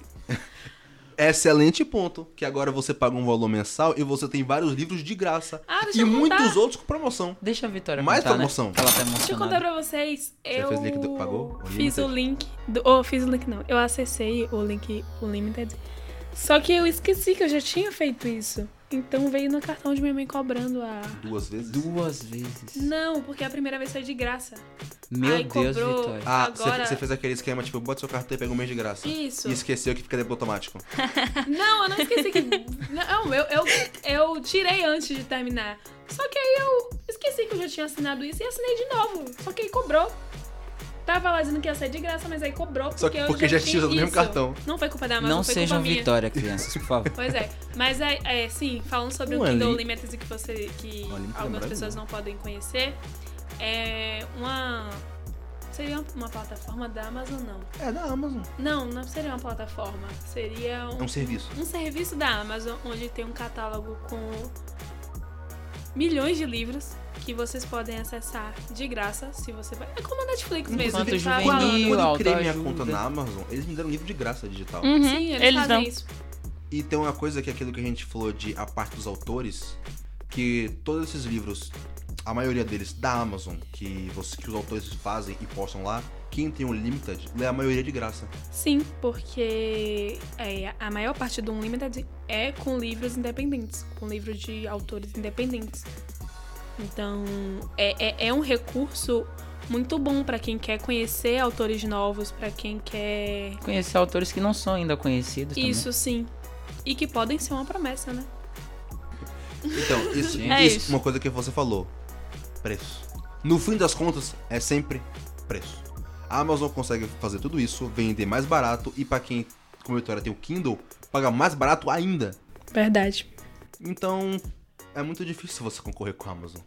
[SPEAKER 1] É Excelente ponto, que agora você paga um valor mensal e você tem vários livros de graça.
[SPEAKER 3] Ah, deixa
[SPEAKER 1] e
[SPEAKER 3] eu
[SPEAKER 1] muitos
[SPEAKER 3] contar.
[SPEAKER 1] outros com promoção.
[SPEAKER 2] Deixa a Vitória
[SPEAKER 1] Mais
[SPEAKER 2] contar,
[SPEAKER 1] promoção.
[SPEAKER 2] Né? Ela tá
[SPEAKER 3] Deixa eu
[SPEAKER 2] emocionada.
[SPEAKER 3] contar pra vocês. eu
[SPEAKER 1] fez o link do- pagou o
[SPEAKER 3] fiz o
[SPEAKER 1] Limited?
[SPEAKER 3] link. Do, oh, fiz o link não. Eu acessei o link o Limited. Só que eu esqueci que eu já tinha feito isso. Então veio no cartão de minha mãe cobrando a.
[SPEAKER 1] Duas vezes?
[SPEAKER 2] Duas vezes.
[SPEAKER 3] Não, porque a primeira vez foi de graça.
[SPEAKER 2] Meu
[SPEAKER 3] Ai,
[SPEAKER 2] Deus,
[SPEAKER 3] cobrou.
[SPEAKER 2] Vitória.
[SPEAKER 1] Ah, você
[SPEAKER 3] Agora-
[SPEAKER 1] você fez aquele esquema, tipo, bota seu cartão e pega um mês de graça.
[SPEAKER 3] Isso.
[SPEAKER 1] E esqueceu que fica débito automático.
[SPEAKER 3] Não, eu não esqueci que. Não, eu, eu, eu tirei antes de terminar. Só que aí eu esqueci que eu já tinha assinado isso e assinei de novo. Só que aí cobrou. Tava lá dizendo que ia ser de graça, mas aí cobrou porque,
[SPEAKER 1] Só que porque
[SPEAKER 3] eu já,
[SPEAKER 1] já tinha
[SPEAKER 3] tinha
[SPEAKER 1] usado o mesmo
[SPEAKER 3] isso.
[SPEAKER 1] cartão.
[SPEAKER 3] Não foi culpa da Amazon,
[SPEAKER 2] Não
[SPEAKER 3] foi
[SPEAKER 2] sejam
[SPEAKER 3] culpa minha.
[SPEAKER 2] Vitória, crianças, por favor.
[SPEAKER 3] Pois é, mas é, é, sim, falando sobre
[SPEAKER 1] Um
[SPEAKER 3] o Kindle
[SPEAKER 1] ali-
[SPEAKER 3] Unlimited que você que
[SPEAKER 1] Um Unlimited é
[SPEAKER 3] algumas
[SPEAKER 1] maravilhoso.
[SPEAKER 3] pessoas não podem conhecer, é uma Seria uma- uma plataforma da Amazon, não.
[SPEAKER 1] É da Amazon.
[SPEAKER 3] Não, não seria uma plataforma. Seria
[SPEAKER 1] É um serviço.
[SPEAKER 3] um serviço da Amazon onde tem um catálogo com milhões de livros que vocês podem acessar de graça se você vai. É como a Netflix mesmo,
[SPEAKER 2] Infanto
[SPEAKER 3] que tá
[SPEAKER 2] juvenil,
[SPEAKER 3] falando.
[SPEAKER 1] Quando eu criei minha
[SPEAKER 2] autoajuda.
[SPEAKER 1] conta na Amazon, eles me deram livro de graça digital.
[SPEAKER 4] Uhum,
[SPEAKER 3] Sim, eles,
[SPEAKER 4] eles
[SPEAKER 3] fazem
[SPEAKER 4] dão.
[SPEAKER 3] isso.
[SPEAKER 1] E tem uma coisa que é aquilo que a gente falou de a parte dos autores, que todos esses livros, a maioria deles da Amazon, que, você, que os autores fazem e postam lá, quem tem o Limited lê a maioria de graça.
[SPEAKER 3] Sim, porque é, a maior parte do Unlimited é com livros independentes, com livros de autores independentes. Então, é, é, é um recurso muito bom para quem quer conhecer autores novos, para quem quer.
[SPEAKER 2] Conhecer autores que não são ainda conhecidos também.
[SPEAKER 3] Isso sim. E que podem ser uma promessa, né?
[SPEAKER 1] Então, isso,
[SPEAKER 4] É
[SPEAKER 1] isso,
[SPEAKER 4] isso.
[SPEAKER 1] uma coisa que você falou. Preço. No fim das contas, é sempre preço. A Amazon consegue fazer tudo isso, vender mais barato e pra quem, como a Vitória, tem o Kindle, paga mais barato ainda.
[SPEAKER 3] Verdade.
[SPEAKER 1] Então, é muito difícil você concorrer com a Amazon.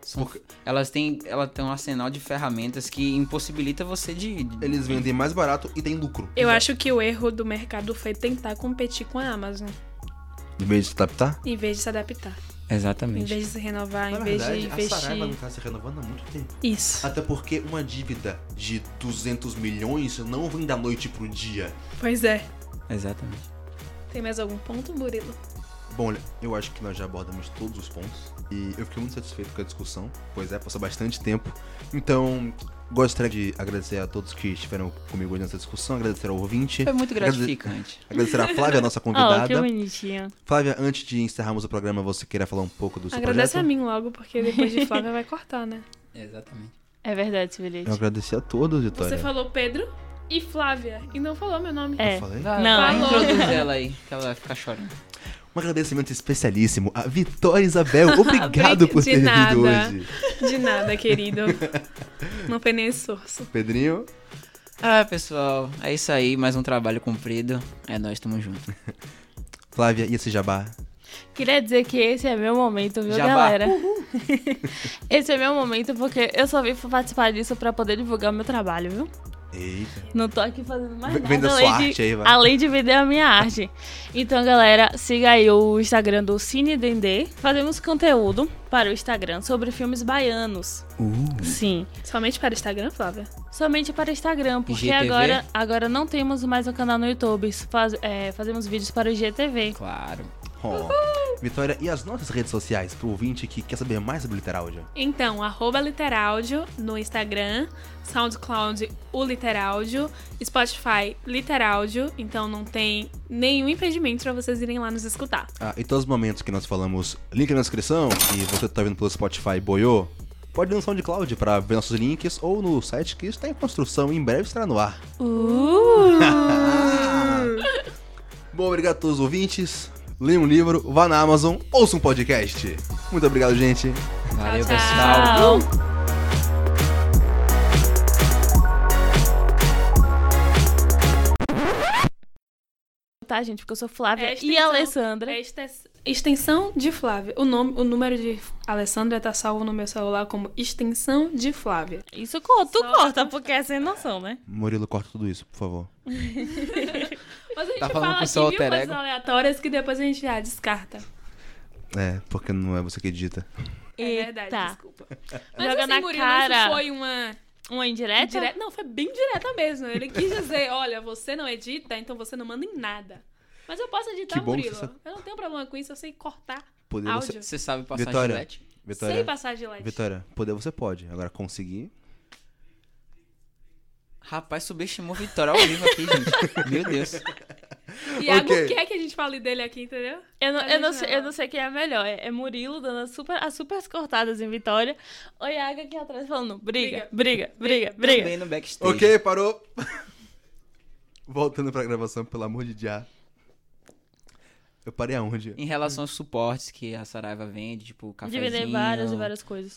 [SPEAKER 2] São- Elas têm, ela tem um arsenal de ferramentas que impossibilita você de... de-
[SPEAKER 1] Eles vendem mais barato e tem lucro.
[SPEAKER 3] Eu acho que o erro do mercado foi tentar competir com a Amazon,
[SPEAKER 1] Em vez de se adaptar?
[SPEAKER 3] em vez de se adaptar, em
[SPEAKER 2] Exatamente.
[SPEAKER 3] vez de se renovar,
[SPEAKER 1] Na
[SPEAKER 3] em vez
[SPEAKER 1] verdade,
[SPEAKER 3] de
[SPEAKER 1] a Saraiva não
[SPEAKER 3] investir.
[SPEAKER 1] tá se renovando há muito tempo.
[SPEAKER 3] Isso,
[SPEAKER 1] Até porque uma dívida de 200 milhões não vem da noite pro dia.
[SPEAKER 3] pois é.
[SPEAKER 2] Exatamente.
[SPEAKER 3] Tem mais algum ponto, Murilo?
[SPEAKER 1] Bom, olha, eu acho que nós já abordamos todos os pontos e eu fiquei muito satisfeito com a discussão, pois é, passou bastante tempo. Então, gostaria de agradecer a todos que estiveram comigo hoje nessa discussão, agradecer ao ouvinte,
[SPEAKER 2] Foi muito
[SPEAKER 1] Agrade-
[SPEAKER 2] gratificante.
[SPEAKER 1] agradecer a Flávia, nossa
[SPEAKER 4] Oh, que
[SPEAKER 1] convidada.
[SPEAKER 4] bonitinho.
[SPEAKER 1] Flávia, antes de encerrarmos o programa, você queria falar um pouco do seu
[SPEAKER 3] Agradece a
[SPEAKER 1] projeto?
[SPEAKER 3] mim logo, porque depois de Flávia vai cortar, né?
[SPEAKER 2] Exatamente.
[SPEAKER 4] É verdade esse bilhete.
[SPEAKER 1] Eu agradeci a todos, Vitória.
[SPEAKER 3] Você falou Pedro e Flávia, e não falou meu nome.
[SPEAKER 1] Eu
[SPEAKER 4] É.
[SPEAKER 1] falei?
[SPEAKER 2] Vai,
[SPEAKER 4] Não.
[SPEAKER 2] vai,
[SPEAKER 3] Falou.
[SPEAKER 2] introduz ela aí, que ela vai ficar chorando.
[SPEAKER 1] Um agradecimento especialíssimo a Vitória Isabel. Obrigado por
[SPEAKER 3] De
[SPEAKER 1] ter vindo
[SPEAKER 3] nada.
[SPEAKER 1] hoje.
[SPEAKER 3] É, De nada, querido. Não foi nem esforço.
[SPEAKER 1] Pedrinho,
[SPEAKER 2] Ah, pessoal, é isso aí. Mais um trabalho cumprido. É nóis, tamo junto.
[SPEAKER 1] Flávia e esse jabá.
[SPEAKER 4] Queria dizer que esse é meu momento, viu,
[SPEAKER 2] Jabá.
[SPEAKER 4] galera? esse é meu momento porque eu só vim participar disso pra poder divulgar o meu trabalho, viu?
[SPEAKER 1] Eita.
[SPEAKER 4] Não tô aqui fazendo mais
[SPEAKER 1] V-
[SPEAKER 4] nada.
[SPEAKER 1] venda
[SPEAKER 4] além
[SPEAKER 1] sua
[SPEAKER 4] de,
[SPEAKER 1] arte aí, vai.
[SPEAKER 4] Além de vender a minha arte. Então, galera, siga aí o Instagram do Cine Dendê. Fazemos conteúdo para o Instagram sobre filmes baianos.
[SPEAKER 1] Hum.
[SPEAKER 4] Sim.
[SPEAKER 3] Somente para o Instagram, Flávia?
[SPEAKER 4] Somente para o Instagram, porque
[SPEAKER 2] IGTV?
[SPEAKER 4] agora, agora não temos mais um canal no YouTube. Faz- é, fazemos vídeos para o GTV.
[SPEAKER 2] Claro.
[SPEAKER 1] Ó, Vitória, e as nossas redes sociais pro ouvinte que quer saber mais sobre Literaldia?
[SPEAKER 3] Então, arroba Literaudio no Instagram, SoundCloud, o Literaudio, Spotify, Literaudio. Então não tem nenhum impedimento pra vocês irem lá nos escutar.
[SPEAKER 1] Ah, e todos os momentos que nós falamos, link na descrição, e você tá vendo pelo Spotify boiô, pode ir no SoundCloud pra ver nossos links ou no site que está em construção e em breve estará no ar. Bom, obrigado a todos os ouvintes. Leia um livro, vá na Amazon, ouça um podcast. Muito obrigado, gente.
[SPEAKER 2] Valeu,
[SPEAKER 3] Tchau, tchau.
[SPEAKER 2] pessoal.
[SPEAKER 4] Tchau. Tá, gente, porque eu sou Flávia
[SPEAKER 3] É
[SPEAKER 4] e
[SPEAKER 3] extensão.
[SPEAKER 4] Alessandra.
[SPEAKER 3] É extens- extensão de Flávia. O, nome, o número de Alessandra tá salvo no meu celular como extensão de Flávia.
[SPEAKER 4] Isso corta, tu
[SPEAKER 3] Só- um
[SPEAKER 4] corta, porque é sem noção,
[SPEAKER 2] Tá
[SPEAKER 4] né?
[SPEAKER 1] Murilo, corta tudo isso, por favor.
[SPEAKER 3] Mas a gente
[SPEAKER 2] Tá falando
[SPEAKER 3] fala
[SPEAKER 2] com
[SPEAKER 3] aqui,
[SPEAKER 2] seu
[SPEAKER 3] viu,
[SPEAKER 2] alter
[SPEAKER 3] coisas
[SPEAKER 2] ego?
[SPEAKER 3] aleatórias que depois a gente ah, descarta.
[SPEAKER 1] É, porque não é você que edita.
[SPEAKER 3] É verdade,
[SPEAKER 4] Eita.
[SPEAKER 3] desculpa. Mas
[SPEAKER 4] Joga
[SPEAKER 3] assim,
[SPEAKER 4] na
[SPEAKER 3] Murilo,
[SPEAKER 4] cara.
[SPEAKER 3] isso foi uma...
[SPEAKER 4] Uma indireta?
[SPEAKER 3] Dire- Não, foi bem direta mesmo. Ele quis dizer, olha, você não edita, então você não manda em nada. Mas eu posso editar,
[SPEAKER 1] Que bom que
[SPEAKER 3] Murilo.
[SPEAKER 1] você
[SPEAKER 3] Eu não tenho problema com isso, eu sei cortar.
[SPEAKER 1] Poder
[SPEAKER 3] Áudio.
[SPEAKER 1] você.
[SPEAKER 2] Você sabe passar
[SPEAKER 1] Vitória.
[SPEAKER 2] gilete?
[SPEAKER 3] Sei
[SPEAKER 1] Vitória,
[SPEAKER 3] passar de LED.
[SPEAKER 1] Vitória, poder você pode. Agora conseguir.
[SPEAKER 2] Rapaz, subestimou Vitória ao vivo aqui, gente. Meu Deus.
[SPEAKER 3] Iago
[SPEAKER 1] Ok.
[SPEAKER 3] quer que a gente fale dele aqui, entendeu?
[SPEAKER 4] Eu não,
[SPEAKER 3] A
[SPEAKER 4] eu, não
[SPEAKER 3] gente
[SPEAKER 4] sei,
[SPEAKER 3] não.
[SPEAKER 4] eu não sei quem é melhor. É, é Murilo dando as super, as super cortadas em Vitória. Ou Iaga aqui atrás falando briga, briga, briga, briga.
[SPEAKER 2] Também no backstage.
[SPEAKER 1] Ok, parou. Voltando pra gravação, pelo amor de Deus. Eu parei aonde?
[SPEAKER 2] Em relação aos suportes que a Saraiva vende, tipo,
[SPEAKER 4] Dividir
[SPEAKER 2] cafezinho,
[SPEAKER 4] várias e várias coisas.